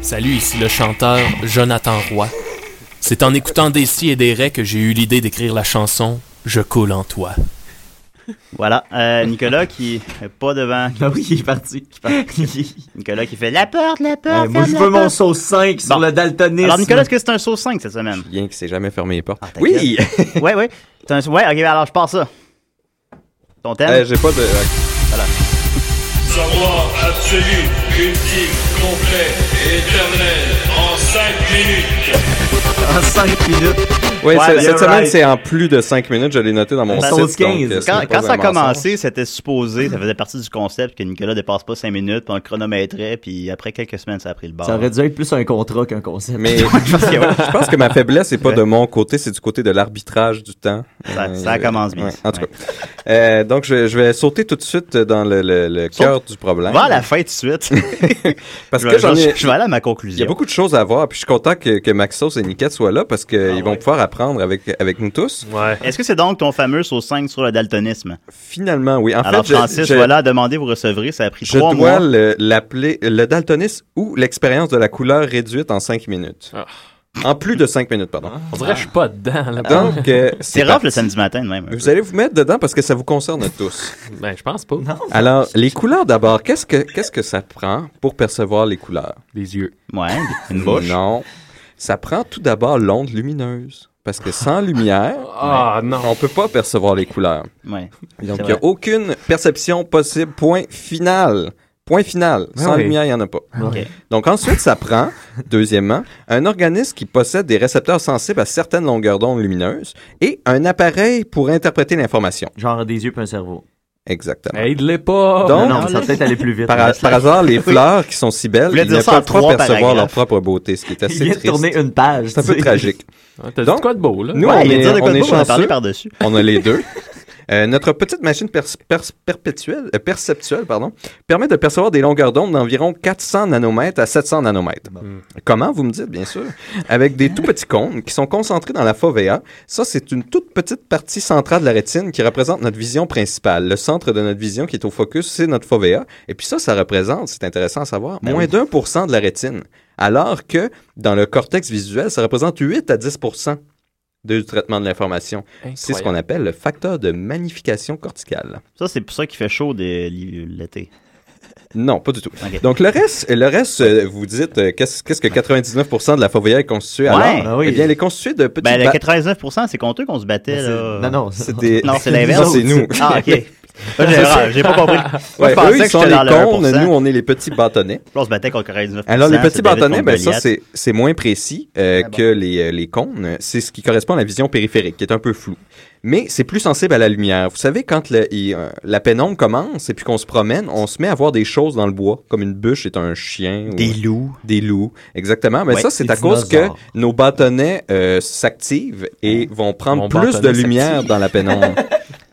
Speaker 18: Salut, ici le chanteur Jonathan Roy. C'est en écoutant des si et des raies que j'ai eu l'idée d'écrire la chanson Je coule en toi.
Speaker 5: Voilà, euh, Nicolas qui est pas devant.
Speaker 10: Ah
Speaker 5: Qui, oui, il est parti. Nicolas qui fait la porte, la porte.
Speaker 10: Euh, moi, je veux mon sauce 5 sur le daltonisme.
Speaker 5: Alors, Nicolas, est-ce que c'est un sauce 5 cette semaine?
Speaker 8: Bien que c'est jamais fermé les portes.
Speaker 5: Oui! ouais, ouais. C'est Un... Ouais, ok, alors je pars ça. Ton thème?
Speaker 8: Euh, J'ai pas de.
Speaker 5: Voilà.
Speaker 6: Savoir absolu, ultime, complet, éternel, en 5 minutes.
Speaker 10: En 5 minutes.
Speaker 8: Ouais, ce-
Speaker 10: you're
Speaker 8: cette semaine,
Speaker 10: right.
Speaker 8: c'est en plus de 5 minutes. Je l'ai noté dans mon
Speaker 5: Ben,
Speaker 8: site.
Speaker 5: c'est-
Speaker 8: donc, euh, ce
Speaker 5: Quand,
Speaker 8: n'est pas
Speaker 5: quand ça a
Speaker 8: un mensonge.
Speaker 5: commencé, c'était supposé, ça faisait partie du concept que Nicolas dépasse pas 5 minutes, puis on le chronométrait, puis après quelques semaines, ça a pris le bord.
Speaker 10: Ça aurait dû être plus un contrat qu'un concept.
Speaker 8: Mais je pense que, je pense que ma faiblesse, c'est pas de mon côté, c'est du côté de l'arbitrage du temps. Euh,
Speaker 5: Ça- ça commence bien.
Speaker 8: ouais, en tout cas. Euh, donc, je, je vais sauter tout de suite dans le, le- le cœur du problème.
Speaker 5: Va à la fin tout de suite.
Speaker 8: Parce
Speaker 5: Je
Speaker 8: que
Speaker 5: vais-
Speaker 8: j'en ai-
Speaker 5: je- je vais aller à ma conclusion.
Speaker 8: Il y a beaucoup de choses à voir, puis je suis content que, que Maxos et Niket soient là parce qu'ils
Speaker 5: Ah
Speaker 8: vont pouvoir apprendre avec, avec nous tous.
Speaker 5: Est-ce que c'est donc ton fameux sauce 5 sur le daltonisme?
Speaker 8: Finalement, oui. En
Speaker 5: Alors,
Speaker 8: fait, je-
Speaker 5: Francis,
Speaker 8: je-
Speaker 5: voilà, demandez, vous recevrez, ça a pris
Speaker 8: Je
Speaker 5: 3
Speaker 8: dois
Speaker 5: mois.
Speaker 8: le- l'appeler le daltonisme ou l'expérience de la couleur réduite en 5 minutes. En plus de 5 minutes, pardon.
Speaker 18: Ah. On dirait que je suis pas dedans. là.
Speaker 8: Donc, euh,
Speaker 5: Ah. C'est rough le
Speaker 8: parti.
Speaker 5: samedi matin, de même.
Speaker 8: Vous allez vous mettre dedans parce que ça vous concerne tous.
Speaker 18: Ben, je pense pas.
Speaker 8: Alors, les couleurs d'abord, qu'est-ce que qu'est-ce que ça prend pour percevoir les couleurs
Speaker 18: Des yeux.
Speaker 5: Ouais, une bouche.
Speaker 8: Non. Ça prend tout d'abord l'onde lumineuse parce que sans lumière,
Speaker 18: Ah, non.
Speaker 8: on peut pas percevoir les couleurs. Donc,
Speaker 5: Ouais. C'est
Speaker 8: il n'y a
Speaker 5: vrai.
Speaker 8: aucune perception possible. Point final. Point final.
Speaker 5: Ah
Speaker 8: Sans
Speaker 5: oui.
Speaker 8: lumière, il n'y en a pas.
Speaker 5: Ah oui. Ok.
Speaker 8: Donc, ensuite, ça prend, deuxièmement, un organisme qui possède des récepteurs sensibles à certaines longueurs d'onde lumineuses et un appareil pour interpréter l'information.
Speaker 10: Genre des yeux et un cerveau.
Speaker 8: Exactement.
Speaker 18: Aide-les pas.
Speaker 8: Donc,
Speaker 10: non, ça va peut-être aller plus vite.
Speaker 8: Par, par hasard, les fleurs qui sont si
Speaker 10: Je
Speaker 8: belles,
Speaker 10: voulais
Speaker 8: ils
Speaker 10: dire
Speaker 8: ne
Speaker 10: ça en
Speaker 8: peuvent pas
Speaker 10: trois
Speaker 8: percevoir
Speaker 10: paragraphes.
Speaker 8: leur propre beauté, ce qui est assez
Speaker 10: vient de
Speaker 8: triste.
Speaker 10: tourner une page,
Speaker 8: C'est un
Speaker 10: tu
Speaker 8: peu
Speaker 10: sais.
Speaker 8: tragique.
Speaker 18: Ouais, t'as dit
Speaker 8: Donc,
Speaker 18: de quoi de beau, là?
Speaker 8: Nous,
Speaker 18: Ouais,
Speaker 8: on
Speaker 18: il vient de
Speaker 8: est,
Speaker 18: dire de quoi
Speaker 8: on
Speaker 18: de
Speaker 8: est
Speaker 18: beau, on a parlé
Speaker 8: chanceux.
Speaker 18: par-dessus.
Speaker 8: On a les deux. Euh, notre petite machine pers- pers- perpétuelle, euh, perceptuelle pardon, permet de percevoir des longueurs d'onde d'environ 400 nanomètres à 700 nanomètres. Comment, vous me dites, bien sûr? Avec des tout petits cônes qui sont concentrés dans la fovea. Ça, c'est une toute petite partie centrale de la rétine qui représente notre vision principale. Le centre de notre vision qui est au focus, c'est notre fovea. Et puis ça, ça représente, c'est intéressant à savoir,
Speaker 10: Ben
Speaker 8: moins
Speaker 10: oui.
Speaker 8: d'un pour cent de la rétine. Alors que dans le cortex visuel, ça représente 8 à 10 pour cent du traitement de l'information. C'est ce
Speaker 5: Incroyable.
Speaker 8: qu'on appelle le facteur de magnification corticale.
Speaker 5: Ça, c'est pour ça qu'il fait chaud de- l'été.
Speaker 8: Non, pas du tout. Donc le reste, le reste euh, vous dites euh, qu'est-ce qu'est-ce que 99% de la fourvière est constituée
Speaker 5: Ouais.
Speaker 8: alors
Speaker 5: Ah oui.
Speaker 8: Eh bien, elle est constituée de petits
Speaker 5: Ben, le
Speaker 8: ba-
Speaker 5: 99%, c'est contre eux qu'on se battait, là.
Speaker 8: Non, non,
Speaker 5: c'est
Speaker 8: c'est des-
Speaker 5: Non, c'est
Speaker 8: nous
Speaker 5: l'inverse.
Speaker 8: autres, c'est nous.
Speaker 5: Ah, OK. Moi, J'ai
Speaker 8: Ça,
Speaker 5: j'ai pas compris. Moi,
Speaker 8: Ouais,
Speaker 5: je pensais
Speaker 8: eux,
Speaker 5: que
Speaker 8: ils sont
Speaker 5: j'étais dans
Speaker 8: les
Speaker 5: le
Speaker 8: cons,
Speaker 5: 1%.
Speaker 8: nous, on est les petits bâtonnets.
Speaker 5: Là, on se battait contre 99%.
Speaker 8: Alors, les petits
Speaker 5: c'est David Ah,
Speaker 8: bâtonnets,
Speaker 5: contre
Speaker 8: ben, ça,
Speaker 5: Goliath.
Speaker 8: c'est c'est moins précis euh, que les, euh, les cônes. C'est ce qui correspond à la vision périphérique, qui est un peu floue. Mais c'est plus sensible à la lumière. Vous savez, quand le- il, euh, la pénombre commence et puis qu'on se promène, on se met à voir des choses dans le bois, comme une bûche est un chien. ou-
Speaker 5: Des loups.
Speaker 8: Des loups, exactement. Mais
Speaker 5: Ouais,
Speaker 8: ça, c'est
Speaker 5: des
Speaker 8: à cause que
Speaker 5: dinosaures.
Speaker 8: nos bâtonnets euh, s'activent et vont prendre
Speaker 5: Mon
Speaker 8: plus de
Speaker 5: bâtonnet
Speaker 8: lumière
Speaker 5: s'active.
Speaker 8: dans la pénombre.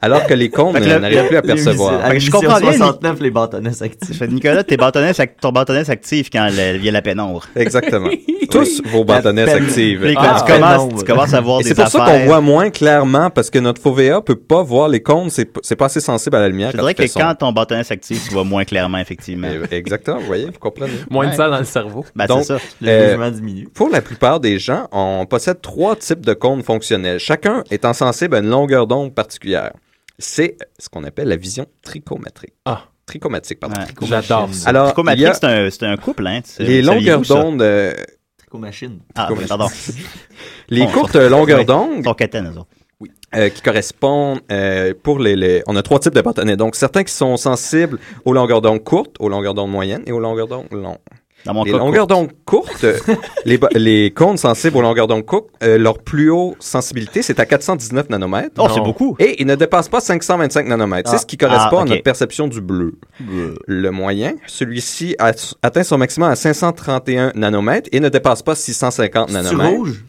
Speaker 8: Alors que les cônes
Speaker 5: Fait que
Speaker 8: euh,
Speaker 5: le-
Speaker 8: n'arrivent plus à
Speaker 5: le- les
Speaker 8: percevoir.
Speaker 5: musées- Fait que je comprends bien,
Speaker 10: 69, les bâtonnets s'activent.
Speaker 5: Fait, Nicolas, tes bâtonnets, s'ac- ton bâtonnet s'active quand le- vient la pénombre.
Speaker 8: Exactement. Tous vos
Speaker 5: La
Speaker 8: bâtonnets
Speaker 5: peine-
Speaker 8: s'activent.
Speaker 5: Puis quand
Speaker 8: Ah,
Speaker 5: tu, commences,
Speaker 8: pénombre.
Speaker 5: tu commences à voir
Speaker 8: Et
Speaker 5: des
Speaker 8: C'est pour ça qu'on
Speaker 5: affaires.
Speaker 8: voit moins clairement parce que notre fovea peut pas voir les cônes, c'est p- c'est pas assez sensible à la lumière.
Speaker 5: Je dirais
Speaker 8: il
Speaker 5: que
Speaker 8: fait sombre.
Speaker 5: quand ton bâtonnet s'active, tu vois moins clairement, effectivement.
Speaker 8: Eh, Exactement, vous voyez, vous comprenez.
Speaker 18: Moins de ça dans le cerveau.
Speaker 5: Ben,
Speaker 8: Donc,
Speaker 5: c'est ça.
Speaker 8: euh, Pour la plupart des gens, on possède trois types de cônes fonctionnels, chacun étant sensible à une longueur d'onde particulière. C'est ce qu'on appelle la vision trichométrique.
Speaker 18: Ah.
Speaker 8: Trichomatique, pardon.
Speaker 5: Ouais.
Speaker 18: J'adore ça.
Speaker 8: Alors, il y
Speaker 5: Trichomatrique,
Speaker 8: a-
Speaker 5: c'est un, c'est un couple, hein. tu sais.
Speaker 8: les
Speaker 5: Vous saviez-vous
Speaker 8: longueurs
Speaker 5: ça?
Speaker 8: d'onde euh,
Speaker 10: Tricomachine.
Speaker 5: Ah, oui, pardon.
Speaker 8: Les
Speaker 5: Bon,
Speaker 8: courtes
Speaker 5: on-
Speaker 8: longueurs
Speaker 5: ouais,
Speaker 8: d'onde.
Speaker 5: Sont quétaines, eux autres.
Speaker 8: euh, qui correspondent euh, pour les, les- On a trois types de bâtonnets. Donc, certains qui sont sensibles aux longueurs d'onde courtes, aux longueurs d'onde moyennes et aux longueurs d'onde longues.
Speaker 5: Dans mon
Speaker 8: les
Speaker 5: cas,
Speaker 8: longueurs d'onde courtes, euh, les, ba- les cônes sensibles aux longueurs d'onde courtes, euh, leur plus haute sensibilité, c'est à 419 nanomètres.
Speaker 5: Oh, c'est Non. beaucoup.
Speaker 8: Et ils ne dépassent pas 525 nanomètres.
Speaker 5: Ah.
Speaker 8: C'est ce qui correspond
Speaker 5: Ah, ok.
Speaker 8: à notre perception du bleu. Le moyen, celui-ci a- atteint son maximum à 531 nanomètres et ne dépasse pas 650
Speaker 10: C'est-tu
Speaker 8: nanomètres.
Speaker 10: rouge?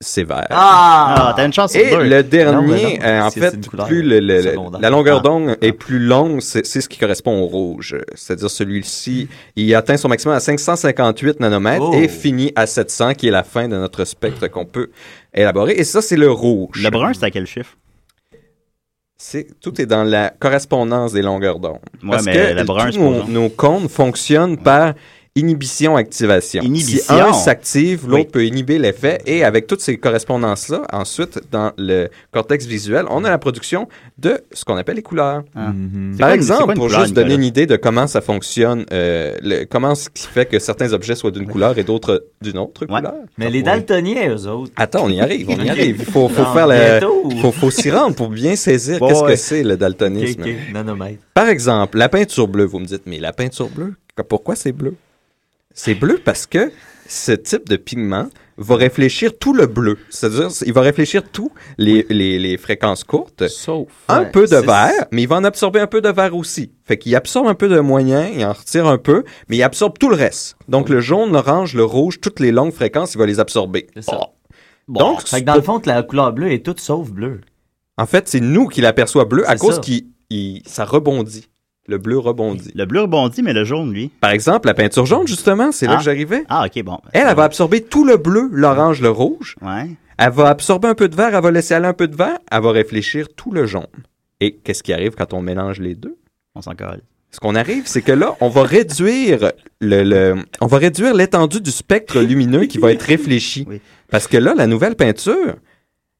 Speaker 8: C'est vert.
Speaker 10: Ah! Ah, t'as une chance, c'est
Speaker 8: Et
Speaker 10: bleu.
Speaker 8: le
Speaker 10: Non, mais
Speaker 8: dernier,
Speaker 10: non,
Speaker 8: euh, en
Speaker 10: c'est-
Speaker 8: fait,
Speaker 10: c'est une couleur
Speaker 8: plus le- le-
Speaker 10: secondaire. Ah.
Speaker 8: la longueur d'onde est plus longue, c'est c'est ce qui correspond au rouge. C'est-à-dire celui-ci, il atteint son maximum à 558 nanomètres
Speaker 10: Oh.
Speaker 8: et finit à 700, qui est la fin de notre spectre qu'on peut élaborer. Et ça, c'est le rouge.
Speaker 5: Le brun, c'est à quel chiffre?
Speaker 8: C'est- tout est dans la correspondance des longueurs d'onde.
Speaker 5: Ouais,
Speaker 8: Parce
Speaker 5: mais
Speaker 8: que
Speaker 5: le brun,
Speaker 8: tous nos,
Speaker 5: supposons.
Speaker 8: nos cônes fonctionnent par Inhibition-activation.
Speaker 5: Inhibition.
Speaker 8: Si un s'active, l'autre
Speaker 5: Oui.
Speaker 8: peut inhiber l'effet. Et avec toutes ces correspondances-là, ensuite, dans le cortex visuel, on a la production de ce qu'on appelle les couleurs.
Speaker 10: Mhm.
Speaker 5: C'est
Speaker 8: Par
Speaker 5: quoi une- c'est quoi
Speaker 8: exemple,
Speaker 5: une
Speaker 8: pour
Speaker 5: couleur,
Speaker 8: juste donner
Speaker 5: Nicolas?
Speaker 8: une idée de comment ça fonctionne, euh, le- comment ce qui fait que certains objets soient d'une couleur et d'autres d'une autre couleur.
Speaker 10: Mais les daltoniens, eux autres.
Speaker 8: Attends, on y arrive, on y
Speaker 10: Ok.
Speaker 8: arrive. Il faut, faut
Speaker 10: Non,
Speaker 8: faire la-
Speaker 10: bientôt.
Speaker 8: faut, faut s'y rendre pour bien saisir
Speaker 10: Ouais,
Speaker 8: qu'est-ce
Speaker 10: ouais.
Speaker 8: que c'est le daltonisme.
Speaker 10: Ok, ok. Nanomètre.
Speaker 8: Par exemple, la peinture bleue, vous me dites, mais la peinture bleue, que- pourquoi c'est bleu? C'est bleu parce que ce type de pigment va réfléchir tout le bleu. C'est-à-dire, il va réfléchir tous les, les- les fréquences courtes.
Speaker 7: Sauf.
Speaker 8: Un
Speaker 10: Ouais,
Speaker 8: peu de
Speaker 10: c'est-
Speaker 8: vert, mais il va en absorber un peu de vert aussi. Fait qu'il absorbe un peu de moyen, il en retire un peu, mais il absorbe tout le reste. Donc, le jaune, l'orange, le rouge, toutes les longues fréquences, il va les absorber. Bon. Donc,
Speaker 10: Fait que dans le fond, que la couleur bleue est toute sauf bleue.
Speaker 8: en fait, c'est nous qui l'aperçoit bleu à
Speaker 10: C'est
Speaker 8: cause
Speaker 10: ça.
Speaker 8: qu'il il- ça rebondit. Le bleu rebondit. Le bleu rebondit, mais le jaune, lui. Par exemple, la peinture jaune, justement, c'est là
Speaker 5: Ah.
Speaker 8: que j'arrivais.
Speaker 5: Ah, ok, bon.
Speaker 8: Elle, elle va absorber tout le bleu, l'orange, le rouge. Elle va absorber un peu de vert, elle va laisser aller un peu de vert, elle va réfléchir tout le jaune. Et qu'est-ce qui arrive quand on mélange les deux? On s'en Ce qu'on arrive, c'est que là, on va réduire le, le- on va réduire l'étendue du spectre lumineux qui va être réfléchi. Parce que là, la nouvelle peinture,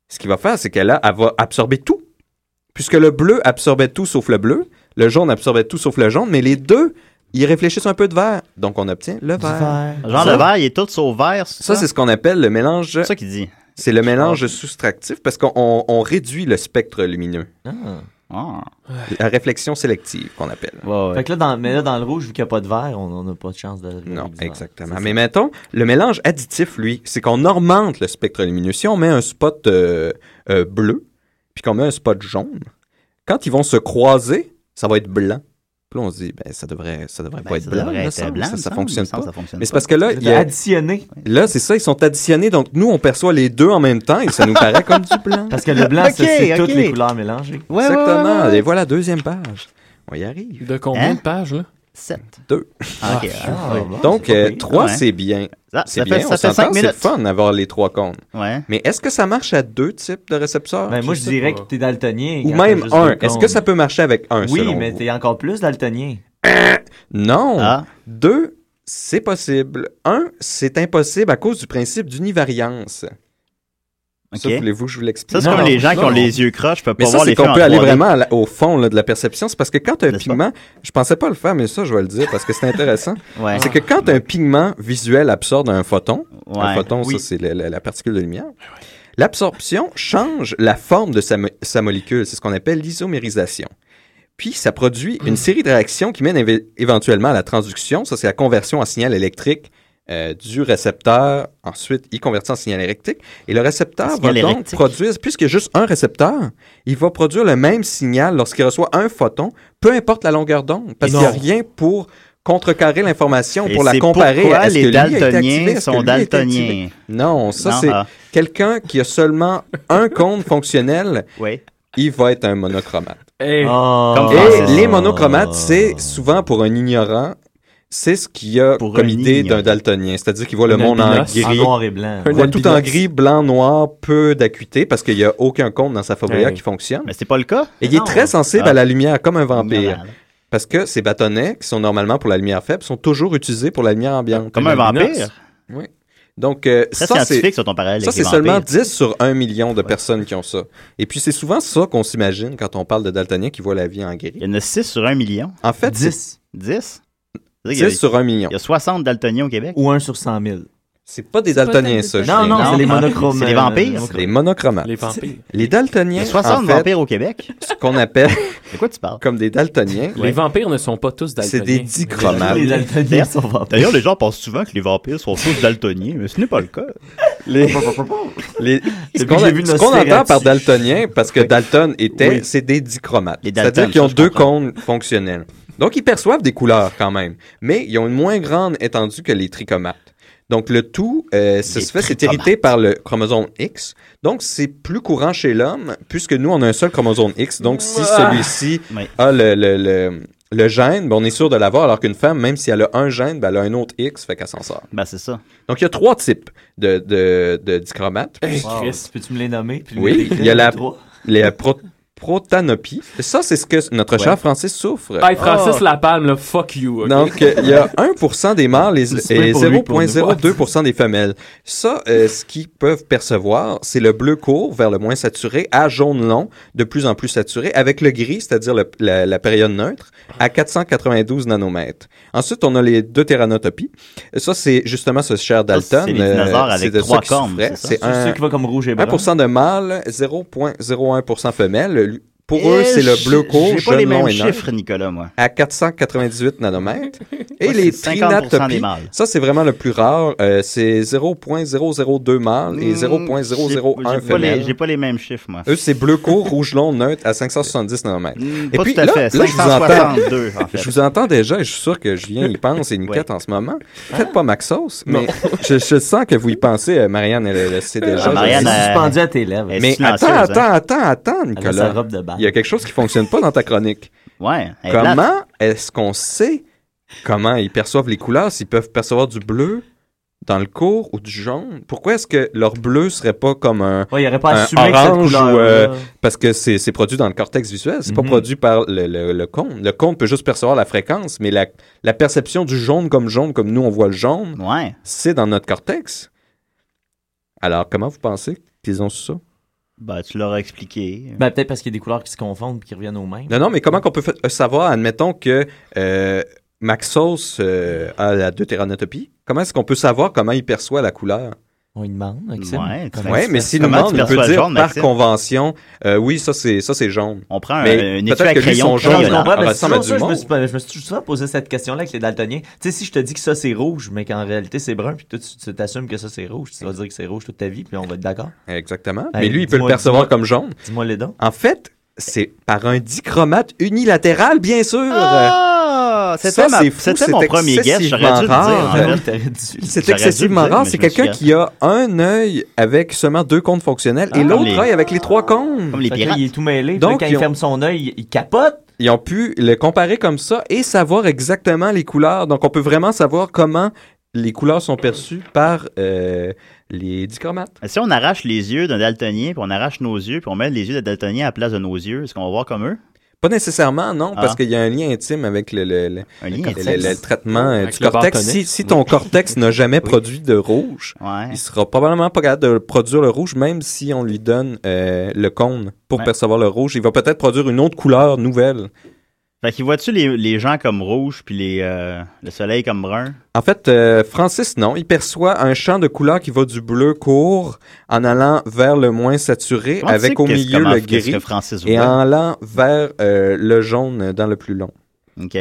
Speaker 8: ce qu'il va faire, c'est qu'elle elle va absorber tout. Puisque le bleu absorbait tout sauf le bleu, le jaune absorbait tout sauf le jaune, mais les deux, ils réfléchissent un peu de vert. Donc on obtient le vert.
Speaker 5: Genre,
Speaker 8: Ça-
Speaker 5: le vert, il est tout sauf vert.
Speaker 8: ça, c'est ce qu'on appelle le mélange. C'est
Speaker 5: ça qu'il dit. Ah.
Speaker 8: C'est le mélange soustractif parce qu'on on- on réduit le spectre lumineux.
Speaker 5: Ah.
Speaker 8: La réflexion sélective qu'on appelle.
Speaker 10: Fait que là, dans, mais là, dans le rouge, vu qu'il n'y a pas de vert, on n'a pas de chance de.
Speaker 8: Non, exactement. Mais mettons, le mélange additif, lui, c'est qu'on augmente le spectre lumineux. Si on met un spot euh, euh, bleu, puis qu'on met un spot jaune, quand ils vont se croiser, ça va être blanc. Puis là, on se dit, ben, ça devrait, ça devrait
Speaker 5: Ben,
Speaker 8: pas être
Speaker 5: ça
Speaker 8: blanc.
Speaker 5: devrait
Speaker 8: il me
Speaker 5: être
Speaker 8: semble.
Speaker 5: blanc,
Speaker 8: ça,
Speaker 5: il me
Speaker 8: ça
Speaker 5: semble,
Speaker 8: fonctionne
Speaker 5: il me semble
Speaker 8: pas.
Speaker 5: que ça fonctionne
Speaker 8: Mais c'est parce que là,
Speaker 10: Vous
Speaker 8: il y a...
Speaker 10: êtes additionnés.
Speaker 8: Là, c'est ça, ils sont additionnés. Donc, nous, on perçoit les deux en même temps et ça nous paraît comme du blanc.
Speaker 10: Parce que le blanc, c'est- c'est toutes les couleurs mélangées.
Speaker 8: Ouais, Exactement. Et voilà, deuxième page. On y arrive.
Speaker 7: De combien
Speaker 8: Hein?
Speaker 7: de pages, là?
Speaker 5: Sept.
Speaker 8: Deux.
Speaker 5: Ah, ok. Ah, ouais.
Speaker 8: Donc,
Speaker 5: C'est pas
Speaker 8: euh,
Speaker 5: pire.
Speaker 8: trois,
Speaker 5: Ouais.
Speaker 8: c'est bien.
Speaker 5: Ah,
Speaker 8: C'est
Speaker 5: ça
Speaker 8: bien,
Speaker 5: fait- ça
Speaker 8: on
Speaker 5: fait
Speaker 8: s'entend,
Speaker 5: cinq
Speaker 8: c'est le
Speaker 5: minutes.
Speaker 8: fun d'avoir les trois cônes. Mais est-ce que ça marche à deux types de récepteurs?
Speaker 10: Ben, moi, je
Speaker 8: sais
Speaker 10: dirais
Speaker 8: pas.
Speaker 10: que t'es daltonien.
Speaker 8: Ou
Speaker 10: quand t'as
Speaker 8: même
Speaker 10: juste
Speaker 8: un.
Speaker 10: deux
Speaker 8: Est-ce
Speaker 10: cônes.
Speaker 8: que ça peut marcher avec un,
Speaker 10: Oui,
Speaker 8: selon
Speaker 10: mais
Speaker 8: vous? Euh,
Speaker 10: t'es encore plus daltonien.
Speaker 8: Non.
Speaker 5: Ah.
Speaker 8: Deux, c'est possible. Un, c'est impossible à cause du principe d'univariance. Ça,
Speaker 5: Ok.
Speaker 8: voulez-vous que je vous l'explique?
Speaker 5: Ça, c'est comme les gens qui ont les yeux croches, peuvent
Speaker 8: Mais
Speaker 5: pas
Speaker 8: ça,
Speaker 5: voir
Speaker 8: c'est
Speaker 5: les films
Speaker 8: qu'on
Speaker 5: en
Speaker 8: peut aller
Speaker 5: 3D.
Speaker 8: vraiment à la- au fond là, de la perception. C'est parce que quand tu as un pigment, je pensais pas le faire, mais ça, je vais le dire parce que c'est intéressant.
Speaker 5: Ouais.
Speaker 8: C'est que quand un pigment visuel absorbe un photon, un
Speaker 5: Ouais.
Speaker 8: photon,
Speaker 5: Oui.
Speaker 8: ça, c'est la, la- la particule de lumière, l'absorption change la forme de sa, mo- sa molécule. C'est ce qu'on appelle l'isomérisation. Puis, ça produit
Speaker 5: Hmm.
Speaker 8: une série de réactions qui mènent éve- éventuellement à la transduction. Ça, c'est la conversion en signal électrique euh, du récepteur. Ensuite, il convertit en signal électrique. Et le récepteur va
Speaker 5: Signal
Speaker 8: donc
Speaker 5: électrique.
Speaker 8: produire, puisqu'il y a juste un récepteur, il va produire le même signal lorsqu'il reçoit un photon, peu importe la longueur d'onde, parce qu'il n'y a
Speaker 5: Non.
Speaker 8: rien pour contrecarrer l'information,
Speaker 5: Et
Speaker 8: pour la
Speaker 5: c'est
Speaker 8: comparer
Speaker 5: pourquoi
Speaker 8: à ce que
Speaker 5: les
Speaker 8: lui a été
Speaker 5: daltoniens
Speaker 8: activé, est-ce que
Speaker 5: sont
Speaker 8: lui a été
Speaker 5: daltoniens.
Speaker 8: activé. Non, ça,
Speaker 5: Non,
Speaker 8: c'est
Speaker 5: ah.
Speaker 8: quelqu'un qui a seulement un compte fonctionnel. Il va être un monochromate.
Speaker 7: Hey.
Speaker 5: Ah. Comme
Speaker 8: Et
Speaker 5: Francis.
Speaker 8: les monochromates, c'est souvent pour un ignorant, c'est ce qu'il y a comme
Speaker 10: un
Speaker 8: idée d'un
Speaker 10: ignorant.
Speaker 8: daltonien. C'est-à-dire qu'il voit le
Speaker 10: Un
Speaker 8: monde en
Speaker 10: albinos.
Speaker 8: gris.
Speaker 10: En noir et blanc.
Speaker 8: Il
Speaker 10: Un
Speaker 8: voit tout en
Speaker 10: albinos.
Speaker 8: gris, blanc, noir, peu d'acuité parce qu'il n'y a aucun compte dans sa phobia
Speaker 5: Hey.
Speaker 8: qui fonctionne.
Speaker 5: Mais c'est pas le cas.
Speaker 8: Et il est
Speaker 5: Non.
Speaker 8: très sensible
Speaker 5: Ah.
Speaker 8: à la lumière, comme un vampire. Parce que ces bâtonnets, qui sont normalement pour la lumière faible, sont toujours utilisés pour la lumière ambiante.
Speaker 5: Comme un vampire.
Speaker 8: Oui. Donc, euh,
Speaker 5: Très
Speaker 8: ça, c'est
Speaker 5: scientifique, ça, ton parallèle
Speaker 8: ça,
Speaker 5: avec les
Speaker 8: c'est seulement
Speaker 5: vampires.
Speaker 8: 10 sur 1 million de personnes qui ont ça. Et puis, c'est souvent ça qu'on s'imagine quand on parle de daltoniens qui voient la vie en gris.
Speaker 5: Il y en a 6 sur 1 million.
Speaker 8: En fait,
Speaker 5: 10. 10?
Speaker 8: 10 sur 1 million.
Speaker 5: Il y a 60 daltoniens au Québec.
Speaker 10: Ou 1 sur 100 000.
Speaker 8: C'est pas des daltoniens, ça.
Speaker 5: Non,
Speaker 8: Julien.
Speaker 5: non, c'est les monochromes. euh, C'est les vampires.
Speaker 8: C'est les monochromates.
Speaker 5: Les vampires.
Speaker 8: Les daltoniens.
Speaker 5: Il y a 60
Speaker 8: en fait,
Speaker 5: vampires au Québec.
Speaker 8: Ce qu'on appelle.
Speaker 5: De quoi tu parles?
Speaker 8: Comme des daltoniens.
Speaker 7: Les vampires ne sont pas tous
Speaker 8: C'est
Speaker 7: daltoniens.
Speaker 8: des dichromates. Les daltoniens sont vampires.
Speaker 5: D'ailleurs, les gens pensent souvent que les vampires sont tous daltoniens, mais ce n'est pas le cas.
Speaker 8: Les- Les- Ce
Speaker 5: Depuis
Speaker 8: qu'on
Speaker 5: que j'ai vu
Speaker 8: ce qu'on
Speaker 5: Nosferatu.
Speaker 8: entend par daltonien, parce que Dalton était,
Speaker 5: Oui.
Speaker 8: c'est des dichromates.
Speaker 5: Les daltons,
Speaker 8: C'est-à-dire qu'ils ont
Speaker 5: ça, je
Speaker 8: deux
Speaker 5: comprends.
Speaker 8: cônes fonctionnels. Donc, ils perçoivent des couleurs quand même, mais ils ont une moins grande étendue que les trichomates. Donc, le tout, euh, ça se fait, c'est hérité par le chromosome X. Donc, c'est plus courant chez l'homme, puisque nous, on a un seul chromosome X. Donc, si
Speaker 5: Ah.
Speaker 8: celui-ci
Speaker 5: Oui.
Speaker 8: a le, le- le- le gène, ben, on est sûr de l'avoir, alors qu'une femme, même si elle a un gène, ben, elle a un autre X, fait qu'elle s'en sort.
Speaker 5: Ben, c'est ça.
Speaker 8: Donc, il y a trois types de, de, de dichromates.
Speaker 10: Wow. Chris, peux-tu me les nommer? Puis
Speaker 8: Oui,
Speaker 10: les-
Speaker 8: il y a la,
Speaker 10: les trois.
Speaker 8: les pro- protanopie. Ça, c'est ce que notre
Speaker 7: Ouais.
Speaker 8: cher Francis souffre.
Speaker 5: Ah.
Speaker 7: Hey, Francis
Speaker 8: Oh.
Speaker 7: Lapalme, là, fuck you. ok?
Speaker 8: Donc, euh, il y a 1% des mâles et,
Speaker 7: C'est
Speaker 8: et
Speaker 7: bien pour lui, pour nous.
Speaker 8: 0,02% des femelles. Ça, euh, ce qu'ils peuvent percevoir, c'est le bleu court vers le moins saturé à jaune long, de plus en plus saturé, avec le gris, c'est-à-dire le- la, la période neutre, à 492 nanomètres. Ensuite, on a les deutéranotopies. Ça, c'est justement ce cher Dalton. euh,
Speaker 5: c'est les dinosaures avec
Speaker 8: de ça
Speaker 5: trois
Speaker 8: qu'il
Speaker 5: cornes,
Speaker 8: souffrait.
Speaker 5: c'est ça?
Speaker 8: C'est
Speaker 5: C'est
Speaker 8: un-
Speaker 5: ceux qui vont comme rouge et brun.
Speaker 8: 1% de mâles, 0,01% femelles. Lui- Pour eux,
Speaker 5: Eh,
Speaker 8: c'est le
Speaker 5: j'ai-
Speaker 8: bleu court,
Speaker 5: J'ai pas les
Speaker 8: jaune long
Speaker 5: mêmes
Speaker 8: et neutre
Speaker 5: chiffres, Nicolas, moi.
Speaker 8: à 498 nanomètres. Et
Speaker 5: Moi,
Speaker 8: les
Speaker 5: c'est 50% des
Speaker 8: trinotopies,
Speaker 5: mâles.
Speaker 8: ça c'est vraiment le plus rare, euh, c'est 0.002 mâles et
Speaker 5: Hmm, j'ai-
Speaker 8: 0.001
Speaker 5: j'ai pas les-
Speaker 8: femelles.
Speaker 5: J'ai pas les mêmes chiffres, moi.
Speaker 8: Eux, c'est bleu court, rouge long, neutre à 570 nanomètres.
Speaker 5: Hmm,
Speaker 8: et
Speaker 5: pas
Speaker 8: puis
Speaker 5: tout à
Speaker 8: là,
Speaker 5: fait,
Speaker 8: là, je vous entends.
Speaker 5: 562, en fait.
Speaker 8: Je vous entends déjà et je suis sûr que Julien y pense et Niquette en ce moment. Peut-être pas Maxos, mais je, je sens que vous y pensez. euh, Marianne, elle, elle le sait déjà.
Speaker 10: Ah,
Speaker 8: je
Speaker 10: Marianne,
Speaker 8: le sais.
Speaker 10: elle- Elle est suspendue à tes lèvres. elle est
Speaker 8: Mais attends,
Speaker 10: silencieuse,
Speaker 8: attends,
Speaker 10: hein.
Speaker 8: attends, attends,
Speaker 10: Elle a
Speaker 8: Nicolas.
Speaker 10: sa robe de bain.
Speaker 8: Il y a quelque chose qui fonctionne pas dans ta chronique.
Speaker 5: Ouais. elle est plate.
Speaker 8: Comment est-ce qu'on sait comment ils perçoivent les couleurs, s'ils peuvent percevoir du bleu dans le cours ou du jaune? Pourquoi est-ce que leur bleu serait pas comme un,
Speaker 10: Ouais, ils auraient pas
Speaker 8: un
Speaker 10: assumé que cette
Speaker 8: orange
Speaker 10: couleur-là-
Speaker 8: ou, euh, parce que c'est c'est produit dans le cortex visuel, c'est
Speaker 10: Mhm.
Speaker 8: pas produit par le, le, le cône. Le cône peut juste percevoir la fréquence, mais la, la perception du jaune comme jaune, comme nous on voit le jaune, c'est dans notre cortex. Alors, comment vous pensez qu'ils ont ça?
Speaker 5: Ben, tu l'auras expliqué.
Speaker 10: Ben, peut-être parce qu'il y a des couleurs qui se confondent et qui reviennent aux mêmes.
Speaker 8: Non, non, mais comment qu'on peut fa- euh, savoir, admettons que euh, Maxos euh, a la deutéranotopie, comment est-ce qu'on peut savoir comment il perçoit la couleur?
Speaker 10: On lui demande, Maxime.
Speaker 8: Ouais,
Speaker 10: Comment
Speaker 8: ouais
Speaker 10: tu
Speaker 8: mais
Speaker 10: perçois-
Speaker 8: s'il nous
Speaker 10: comment tu
Speaker 8: demande, il peut
Speaker 10: perçois le
Speaker 8: dire
Speaker 10: jaune,
Speaker 8: par
Speaker 10: Maxime?
Speaker 8: convention, euh, oui, ça c'est ça c'est jaune.
Speaker 5: On prend
Speaker 8: mais peut-être que lui, son jaune
Speaker 10: je comprends, mais c'est
Speaker 8: ressemble à du
Speaker 10: toujours Ah, ben, ça, je me
Speaker 8: monde.
Speaker 10: suis pas- je me suis toujours souvent posé cette question-là avec les daltoniens. Tu sais, si je te dis que ça c'est rouge, mais qu'en réalité c'est brun, puis toi tu tu t'assumes que ça c'est rouge, tu vas dire que c'est rouge toute ta vie, puis on va être d'accord.
Speaker 8: Exactement. mais
Speaker 10: Hey,
Speaker 8: lui, il peut le
Speaker 10: dis-moi-
Speaker 8: percevoir
Speaker 10: dis-moi-
Speaker 8: comme jaune.
Speaker 10: Dis-moi les dents.
Speaker 8: En fait, c'est par un dichromate unilatéral, bien sûr.
Speaker 5: Ah!
Speaker 8: Ça,
Speaker 5: C'était ma-
Speaker 8: c'est fou,
Speaker 5: c'était
Speaker 8: c'est
Speaker 5: mon premier guess,
Speaker 8: excessivement
Speaker 5: j'aurais dû le dire,
Speaker 8: rare.
Speaker 5: en fait. T'aurais dû- j'aurais dû
Speaker 8: C'est
Speaker 5: le
Speaker 8: excessivement
Speaker 5: dire,
Speaker 8: rare.
Speaker 5: mais
Speaker 8: C'est
Speaker 5: je me suis
Speaker 8: quelqu'un qui a un œil avec seulement deux comptes fonctionnels et
Speaker 10: Ah,
Speaker 8: l'autre
Speaker 10: les-
Speaker 8: œil avec les trois comptes.
Speaker 10: Comme les Fait que là, pirates. il est tout mêlé. Fait que quand il
Speaker 8: ils ont-
Speaker 10: ferme son œil, il capote.
Speaker 8: Ils ont pu le comparer comme ça et savoir exactement les couleurs. Donc, on peut vraiment savoir comment les couleurs sont perçues par euh, les dichromates.
Speaker 5: Si on arrache les yeux d'un daltonien, puis on arrache nos yeux, puis on met les yeux d'un daltonien à la place de nos yeux, est-ce qu'on va voir comme eux?
Speaker 8: Pas nécessairement, non,
Speaker 5: Ah.
Speaker 8: parce qu'il y a un lien intime avec le, le- le-
Speaker 5: Un lien
Speaker 8: le-
Speaker 5: intime.
Speaker 8: le- le- le traitement euh,
Speaker 5: Avec
Speaker 8: du
Speaker 5: le
Speaker 8: cortex.
Speaker 5: bâtonnet.
Speaker 8: Si, si ton cortex n'a jamais produit de rouge,
Speaker 5: il
Speaker 8: sera probablement pas capable de produire le rouge, même si on lui donne euh, le cône pour
Speaker 5: Ouais.
Speaker 8: percevoir le rouge. Il va peut-être produire une autre couleur nouvelle.
Speaker 5: Fait qu'ils voient-tu les, les gens comme rouges, puis les, euh, le soleil comme brun?
Speaker 8: En fait, euh, Francis, non, il perçoit un champ de couleurs qui va du bleu court en allant vers le moins saturé,
Speaker 5: Comment tu sais
Speaker 8: avec au
Speaker 5: qu'est-ce-
Speaker 8: milieu
Speaker 5: comment-
Speaker 8: le
Speaker 5: qu'est-ce
Speaker 8: gris,
Speaker 5: que Francis
Speaker 8: et
Speaker 5: voit?
Speaker 8: en allant vers euh, le jaune euh, dans le plus long.
Speaker 5: OK.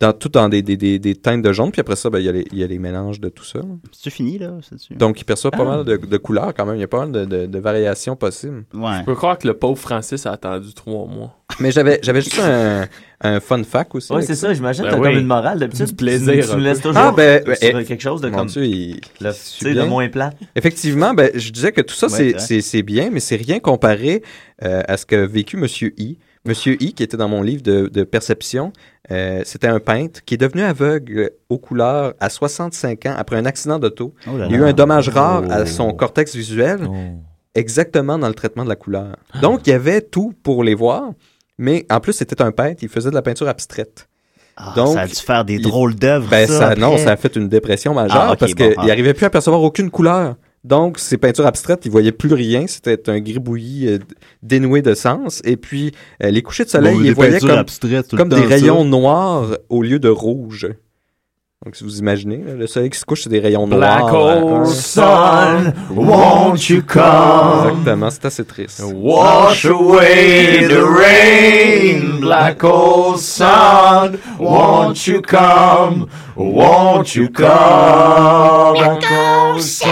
Speaker 8: Dans, tout en des, des, des, des teintes de jaune, puis après ça, ben, il y, a les- il y a les mélanges de tout ça.
Speaker 5: C'est-tu fini, là? C'est-tu-
Speaker 8: Donc, il perçoit pas
Speaker 5: Ah.
Speaker 8: mal de, de couleurs quand même, il y a pas mal de, de- de variations possibles.
Speaker 5: Ouais.
Speaker 7: Je peux croire que le pauvre Francis a attendu trois mois.
Speaker 8: Mais j'avais j'avais juste un, un fun fact aussi.
Speaker 10: Ouais,
Speaker 8: avec
Speaker 10: c'est ça, j'imagine.
Speaker 8: Ben
Speaker 10: T'as
Speaker 8: oui.
Speaker 10: comme une morale d'habitude.
Speaker 8: Du
Speaker 10: Tu-
Speaker 8: plaisir,
Speaker 10: Tu
Speaker 8: un
Speaker 10: nous laisses
Speaker 8: peu.
Speaker 10: toujours
Speaker 8: Ah, ben,
Speaker 10: sur
Speaker 8: eh,
Speaker 10: quelque chose de
Speaker 8: mon
Speaker 10: comme.
Speaker 8: Dieu, il-
Speaker 10: le- Tu
Speaker 8: C'est
Speaker 10: sais, le
Speaker 8: bien.
Speaker 10: moins plat.
Speaker 8: Effectivement, ben, je disais que tout ça,
Speaker 10: Ouais,
Speaker 8: c'est-
Speaker 10: c'est vrai.
Speaker 8: c'est c'est bien, mais c'est rien comparé euh, à ce qu'a vécu Monsieur I. Monsieur I, qui était dans mon livre de, de perception, euh, c'était un peintre qui est devenu aveugle euh, aux couleurs à 65 ans après un accident d'auto.
Speaker 10: là
Speaker 8: Il y a eu
Speaker 10: là.
Speaker 8: un dommage rare
Speaker 10: Oh.
Speaker 8: à son cortex visuel, exactement dans le traitement de la couleur. Donc, il y avait tout pour les voir, mais en plus, c'était un peintre, il faisait de la peinture abstraite. Donc,
Speaker 5: ça a dû faire des
Speaker 8: il-
Speaker 5: drôles d'œuvres,
Speaker 8: ben,
Speaker 5: ça,
Speaker 8: ça,
Speaker 5: après.
Speaker 8: non, ça a fait une dépression majeure
Speaker 5: Ah, ok,
Speaker 8: parce
Speaker 5: bon,
Speaker 8: qu'il
Speaker 5: ah.
Speaker 8: n'arrivait plus à percevoir aucune couleur. Donc, ces peintures abstraites, il voyait plus rien. C'était un gribouillis euh, d- dénoué de sens. Et puis, euh, les couchers de soleil,
Speaker 19: Bon,
Speaker 8: il
Speaker 19: des
Speaker 8: les voyait
Speaker 19: peintures
Speaker 8: comme,
Speaker 19: abstraites tout le
Speaker 8: comme des
Speaker 19: temps, ça.
Speaker 8: rayons noirs au lieu de rouge. Donc, si vous imaginez, là, le soleil qui se couche, c'est des rayons
Speaker 7: Black
Speaker 8: noirs.
Speaker 7: hole
Speaker 8: hein.
Speaker 7: sun, won't you come?
Speaker 8: Exactement, c'est assez triste.
Speaker 16: Wash away the rain, black old sun. Won't you come? Won't you come? Black old sun.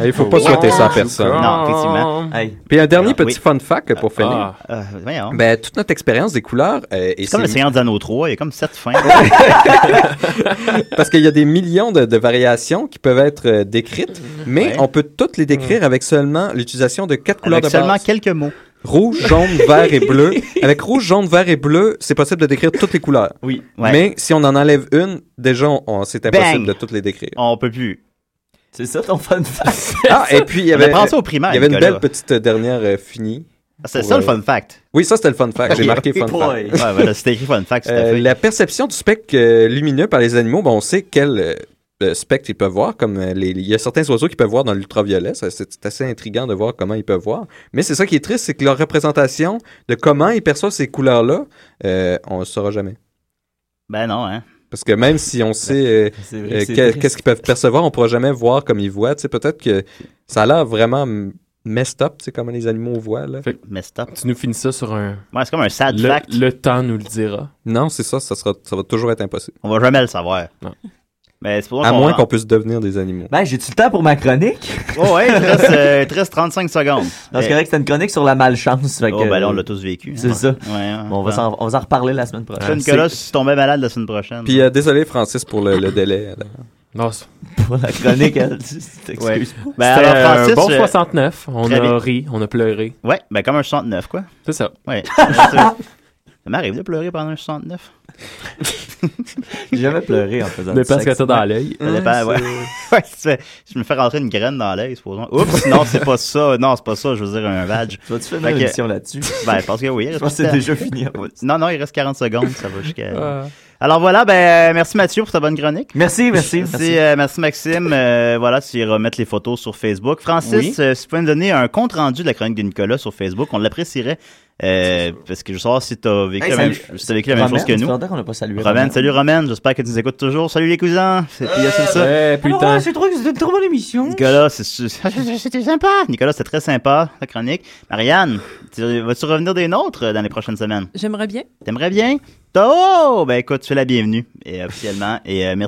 Speaker 8: Ah, Il faut pas souhaiter ça à personne.
Speaker 5: Non, effectivement.
Speaker 8: Puis un dernier
Speaker 5: Alors,
Speaker 8: petit
Speaker 5: oui.
Speaker 8: fun fact pour finir.
Speaker 5: Euh, voyons.
Speaker 8: Ben, toute notre expérience des couleurs... euh, et
Speaker 5: c'est comme
Speaker 8: c'est-
Speaker 5: le Seigneur des Anneaux 3, il y a comme sept fins.
Speaker 8: Parce qu'il y a des millions de, de variations qui peuvent être euh, décrites, mais
Speaker 5: Ouais.
Speaker 8: on peut toutes les
Speaker 5: Mm.
Speaker 8: décrire avec seulement l'utilisation de quatre couleurs
Speaker 5: Avec
Speaker 8: de
Speaker 5: seulement
Speaker 8: base.
Speaker 5: quelques mots.
Speaker 8: Rouge, jaune, vert et bleu. Avec rouge, jaune, vert et bleu, c'est possible de décrire toutes les couleurs.
Speaker 5: Oui. ouais.
Speaker 8: Mais si on en enlève une, déjà, on- on- c'est impossible
Speaker 5: Bang!
Speaker 8: de toutes les décrire.
Speaker 5: On peut plus.
Speaker 10: C'est ça ton fun Ben, fact.
Speaker 8: Ah, et puis il y
Speaker 5: On
Speaker 8: avait,
Speaker 5: apprend ça au primaire,
Speaker 8: il y avait une
Speaker 5: Nicolas. Ah,
Speaker 8: belle petite euh, dernière euh, finie.
Speaker 5: C'est ça le fun fact.
Speaker 8: Oui, ça c'était le fun fact. J'ai marqué fun
Speaker 5: Boy.
Speaker 8: fact.
Speaker 5: Ouais, voilà, c'était écrit fun fact, c'était
Speaker 8: Euh,
Speaker 5: fait.
Speaker 8: la perception du spectre euh, lumineux par les animaux, bon, on sait quel euh, euh, spectre ils peuvent voir. Comme euh, les- il y a certains oiseaux qui peuvent voir dans l'ultraviolet. Ça, C'est c'est assez intriguant de voir comment ils peuvent voir. Mais c'est ça qui est triste, c'est que leur représentation de comment ils perçoivent ces couleurs-là, euh, on ne le saura jamais.
Speaker 5: Ben non, hein.
Speaker 8: Parce que même si on sait euh,
Speaker 5: C'est vrai que
Speaker 8: euh,
Speaker 5: c'est
Speaker 8: que-
Speaker 5: triste.
Speaker 8: qu'est-ce qu'ils peuvent percevoir, on ne pourra jamais voir comme ils voient. Tu sais, peut-être que ça a l'air vraiment mm, messed up, tu sais, comment les animaux voient. Là.
Speaker 5: messed up.
Speaker 8: Tu nous finis ça sur un...
Speaker 5: Ouais, c'est comme un sad
Speaker 8: Le-
Speaker 5: fact.
Speaker 8: le
Speaker 5: temps nous le dira.
Speaker 8: Non, c'est ça, ça, sera, ça va toujours être impossible.
Speaker 5: On va jamais le savoir. Mais c'est pour ça
Speaker 8: À
Speaker 5: qu'on-
Speaker 8: moins qu'on puisse devenir des animaux.
Speaker 10: Ben, j'ai-tu le temps pour ma chronique?
Speaker 5: Oh ouais, il te reste, euh, il te reste 35 secondes. Euh,
Speaker 10: Non, c'est
Speaker 5: Mais-
Speaker 10: correct, c'était une chronique sur la malchance. fait
Speaker 5: Oh,
Speaker 10: que- euh,
Speaker 5: ben là, on l'a tous vécu, hein.
Speaker 10: C'est ça.
Speaker 5: ouais.
Speaker 10: Bon, on va s'en on va s'en reparler la semaine
Speaker 5: Toi,
Speaker 10: prochaine.
Speaker 5: Nicolas, si tu tombais malade la semaine prochaine.
Speaker 8: Puis euh, désolé, Francis, pour le, le délai.
Speaker 7: Non,
Speaker 10: Pour la chronique, elle, tu t'excuses
Speaker 5: Ouais.
Speaker 10: pas.
Speaker 5: Ben
Speaker 7: C'était
Speaker 5: alors, Francis,
Speaker 7: un bon
Speaker 5: euh,
Speaker 7: 69. On
Speaker 5: très
Speaker 7: a
Speaker 5: bien.
Speaker 7: ri, on a pleuré.
Speaker 5: Ouais, ben comme un 69, quoi.
Speaker 7: C'est ça.
Speaker 5: Ouais. ça m'arrive de pleurer pendant un 69.
Speaker 10: J'ai jamais pleuré en faisant
Speaker 7: Mais
Speaker 10: du
Speaker 7: parce
Speaker 10: sexe.
Speaker 7: que t'as dans l'œil.
Speaker 5: Ça dépend, ouais. Ouais, si tu fais- si je me fais rentrer une graine dans l'œil, supposons. Oups, non, c'est pas ça. Non, c'est pas ça, je veux dire un badge.
Speaker 10: Tu vas-tu finir
Speaker 5: Fait que-
Speaker 10: l'émission là-dessus?
Speaker 5: Ben, je pense que oui. il
Speaker 10: Je
Speaker 5: reste
Speaker 10: pense que
Speaker 5: plus
Speaker 10: c'est
Speaker 5: de temps.
Speaker 10: déjà fini, en
Speaker 5: Non, non, il reste 40 secondes, ça va jusqu'à...
Speaker 10: Ah.
Speaker 5: Alors voilà, ben merci Mathieu pour ta bonne chronique.
Speaker 10: Merci, merci, merci.
Speaker 5: Merci, euh, merci Maxime. Euh, voilà, tu iras mettre les photos sur Facebook. Francis,
Speaker 10: Oui.
Speaker 5: euh, si tu pouvais nous donner un compte-rendu de la chronique de Nicolas sur Facebook, on l'apprécierait. Euh, parce que je veux savoir si tu as vécu,
Speaker 10: Hey,
Speaker 5: la, même,
Speaker 10: salut.
Speaker 5: si t'as vécu la même
Speaker 10: Romaine,
Speaker 5: chose que
Speaker 10: ça fait
Speaker 5: nous.
Speaker 10: longtemps qu'on n'a pas salué
Speaker 5: Romaine,
Speaker 10: Romaine.
Speaker 5: salut Romaine, j'espère que tu nous écoutes toujours. Salut les cousins. C'est puis c'est ça.
Speaker 10: Alors, Ah, ouais, c'est trop- c'est une trop bonne émission.
Speaker 5: Nicolas, c'est- c'est- c'était sympa. Nicolas, c'était très sympa, la chronique. Marianne, tu- vas-tu revenir des nôtres euh, dans les prochaines semaines?
Speaker 9: J'aimerais bien.
Speaker 5: T'aimerais bien? Oh! Ben écoute, tu es la bienvenue, et officiellement. Et euh, merci